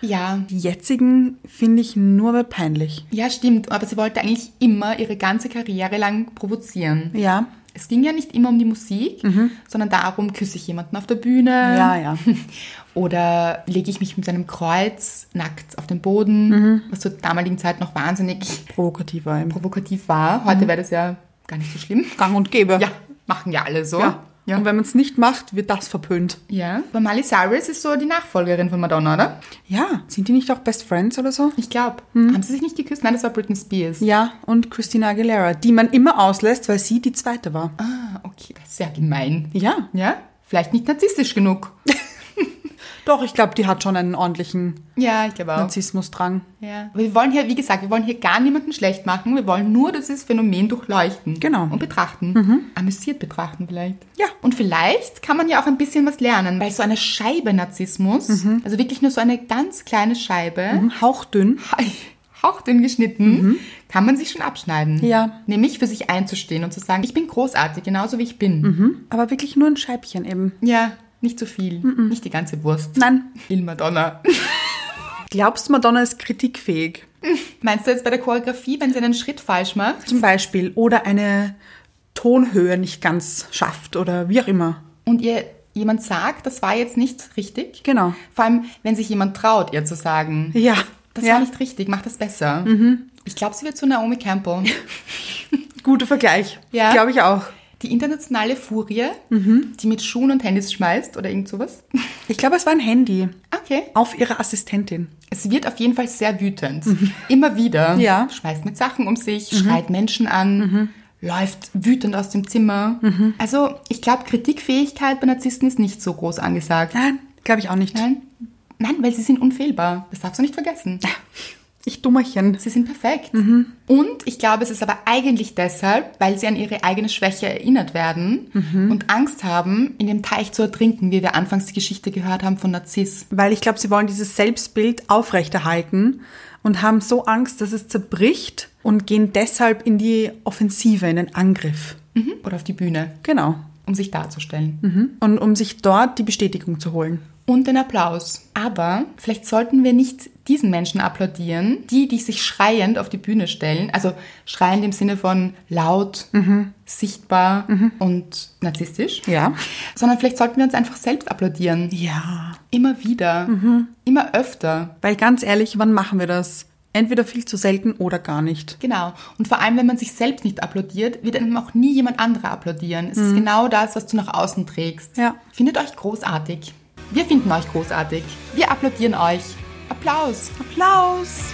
Speaker 1: Ja.
Speaker 2: Die jetzigen finde ich nur mehr peinlich.
Speaker 1: Ja, stimmt. Aber sie wollte eigentlich immer ihre ganze Karriere lang provozieren.
Speaker 2: Ja.
Speaker 1: es ging ja nicht immer um die Musik, sondern darum, küsse ich jemanden auf der Bühne
Speaker 2: Ja, ja.
Speaker 1: (laughs) oder lege ich mich mit einem Kreuz nackt auf den Boden,
Speaker 2: Mhm.
Speaker 1: was zur damaligen Zeit noch wahnsinnig
Speaker 2: Provokativer. Im
Speaker 1: provokativ war.
Speaker 2: Mhm.
Speaker 1: Heute wäre das ja gar nicht so schlimm.
Speaker 2: Gang und Gäbe.
Speaker 1: Ja, machen ja alle so.
Speaker 2: ja. Und wenn man es nicht macht, wird das verpönt.
Speaker 1: Ja, aber Miley Cyrus ist so die Nachfolgerin von Madonna, oder?
Speaker 2: Ja. Sind die nicht auch Best Friends oder so?
Speaker 1: Ich glaube. Haben sie sich nicht geküsst? Nein, das war Britney Spears.
Speaker 2: Mhm. Ja, und Christina Aguilera, die man immer auslässt, weil sie die zweite war.
Speaker 1: Ah, okay. Das ist ja gemein.
Speaker 2: Ja.
Speaker 1: Ja? Vielleicht nicht narzisstisch
Speaker 2: (laughs)
Speaker 1: genug.
Speaker 2: Doch, ich glaube, die hat schon einen ordentlichen
Speaker 1: Ja, ich glaube auch.
Speaker 2: Narzissmusdrang.
Speaker 1: Ja. Aber wir wollen hier, wie gesagt, wir wollen hier gar niemanden schlecht machen. Wir wollen nur dieses Phänomen durchleuchten.
Speaker 2: Genau.
Speaker 1: Und betrachten. Amüsiert betrachten vielleicht.
Speaker 2: Ja.
Speaker 1: Und vielleicht kann man ja auch ein bisschen was lernen, weil so eine Scheibe Narzissmus,
Speaker 2: Mhm.
Speaker 1: also wirklich nur so eine ganz kleine Scheibe, (laughs)
Speaker 2: Hauchdünn.
Speaker 1: hauchdünn geschnitten, kann man sich schon abschneiden.
Speaker 2: Mhm. Ja.
Speaker 1: Nämlich für sich einzustehen und zu sagen, ich bin großartig, genauso wie ich bin.
Speaker 2: Mhm. Aber wirklich nur ein Scheibchen eben.
Speaker 1: Ja, nicht zu viel, nicht die ganze Wurst.
Speaker 2: Mhm. Nein.
Speaker 1: Il Madonna.
Speaker 2: Glaubst du, Madonna ist kritikfähig?
Speaker 1: (laughs) Meinst du jetzt bei der Choreografie, wenn sie einen Schritt falsch macht?
Speaker 2: Zum Beispiel. Oder eine Tonhöhe nicht ganz schafft oder wie auch immer.
Speaker 1: und ihr jemand sagt, das war jetzt nicht richtig.
Speaker 2: Genau.
Speaker 1: Vor allem, wenn sich jemand traut, ihr zu sagen,
Speaker 2: Ja.
Speaker 1: das
Speaker 2: ja. Mhm.
Speaker 1: war nicht richtig, mach das besser. Ich glaube, sie wird zu
Speaker 2: (laughs)
Speaker 1: Naomi Campbell.
Speaker 2: Guter Vergleich.
Speaker 1: Ja.
Speaker 2: Glaube ich auch.
Speaker 1: Die internationale Furie,
Speaker 2: Mhm.
Speaker 1: die mit Schuhen und Handys schmeißt oder irgend sowas. (laughs)
Speaker 2: Ich glaube, es war ein Handy.
Speaker 1: Okay.
Speaker 2: Auf ihre Assistentin.
Speaker 1: Es wird auf jeden Fall sehr wütend. Immer wieder.
Speaker 2: Mhm. Ja. Mhm.
Speaker 1: Schmeißt mit Sachen um sich, schreit Menschen an, läuft wütend aus dem Zimmer.
Speaker 2: Mhm.
Speaker 1: Also, ich glaube, Kritikfähigkeit bei Narzissten ist nicht so groß angesagt.
Speaker 2: Nein, glaube ich auch nicht.
Speaker 1: Nein. Nein, weil sie sind unfehlbar. Das darfst du nicht vergessen.
Speaker 2: Ich Dummerchen.
Speaker 1: Sie sind perfekt. Und ich glaube, es ist aber eigentlich deshalb, weil sie an ihre eigene Schwäche erinnert werden und Angst haben, in dem Teich zu ertrinken, wie wir anfangs die Geschichte gehört haben von Narziss.
Speaker 2: Weil ich glaube, sie wollen dieses Selbstbild aufrechterhalten und haben so Angst, dass es zerbricht und gehen deshalb in die Offensive, in den Angriff.
Speaker 1: Oder auf die Bühne,
Speaker 2: Genau.
Speaker 1: um sich darzustellen.
Speaker 2: Und um sich dort die Bestätigung zu holen.
Speaker 1: Und den Applaus. Aber vielleicht sollten wir nicht diesen Menschen applaudieren, die, die sich schreiend auf die Bühne stellen. Also schreiend im Sinne von laut, sichtbar und narzisstisch.
Speaker 2: Ja.
Speaker 1: Sondern vielleicht sollten wir uns einfach selbst applaudieren.
Speaker 2: Ja.
Speaker 1: Immer wieder. Immer öfter.
Speaker 2: Weil ganz ehrlich, wann machen wir das? Entweder viel zu selten oder gar nicht.
Speaker 1: Genau. Und vor allem, wenn man sich selbst nicht applaudiert, wird einem auch nie jemand anderer applaudieren. Es ist genau das, was du nach außen trägst.
Speaker 2: Ja.
Speaker 1: Findet euch großartig. Wir finden euch großartig. Wir applaudieren euch. Applaus.
Speaker 2: Applaus!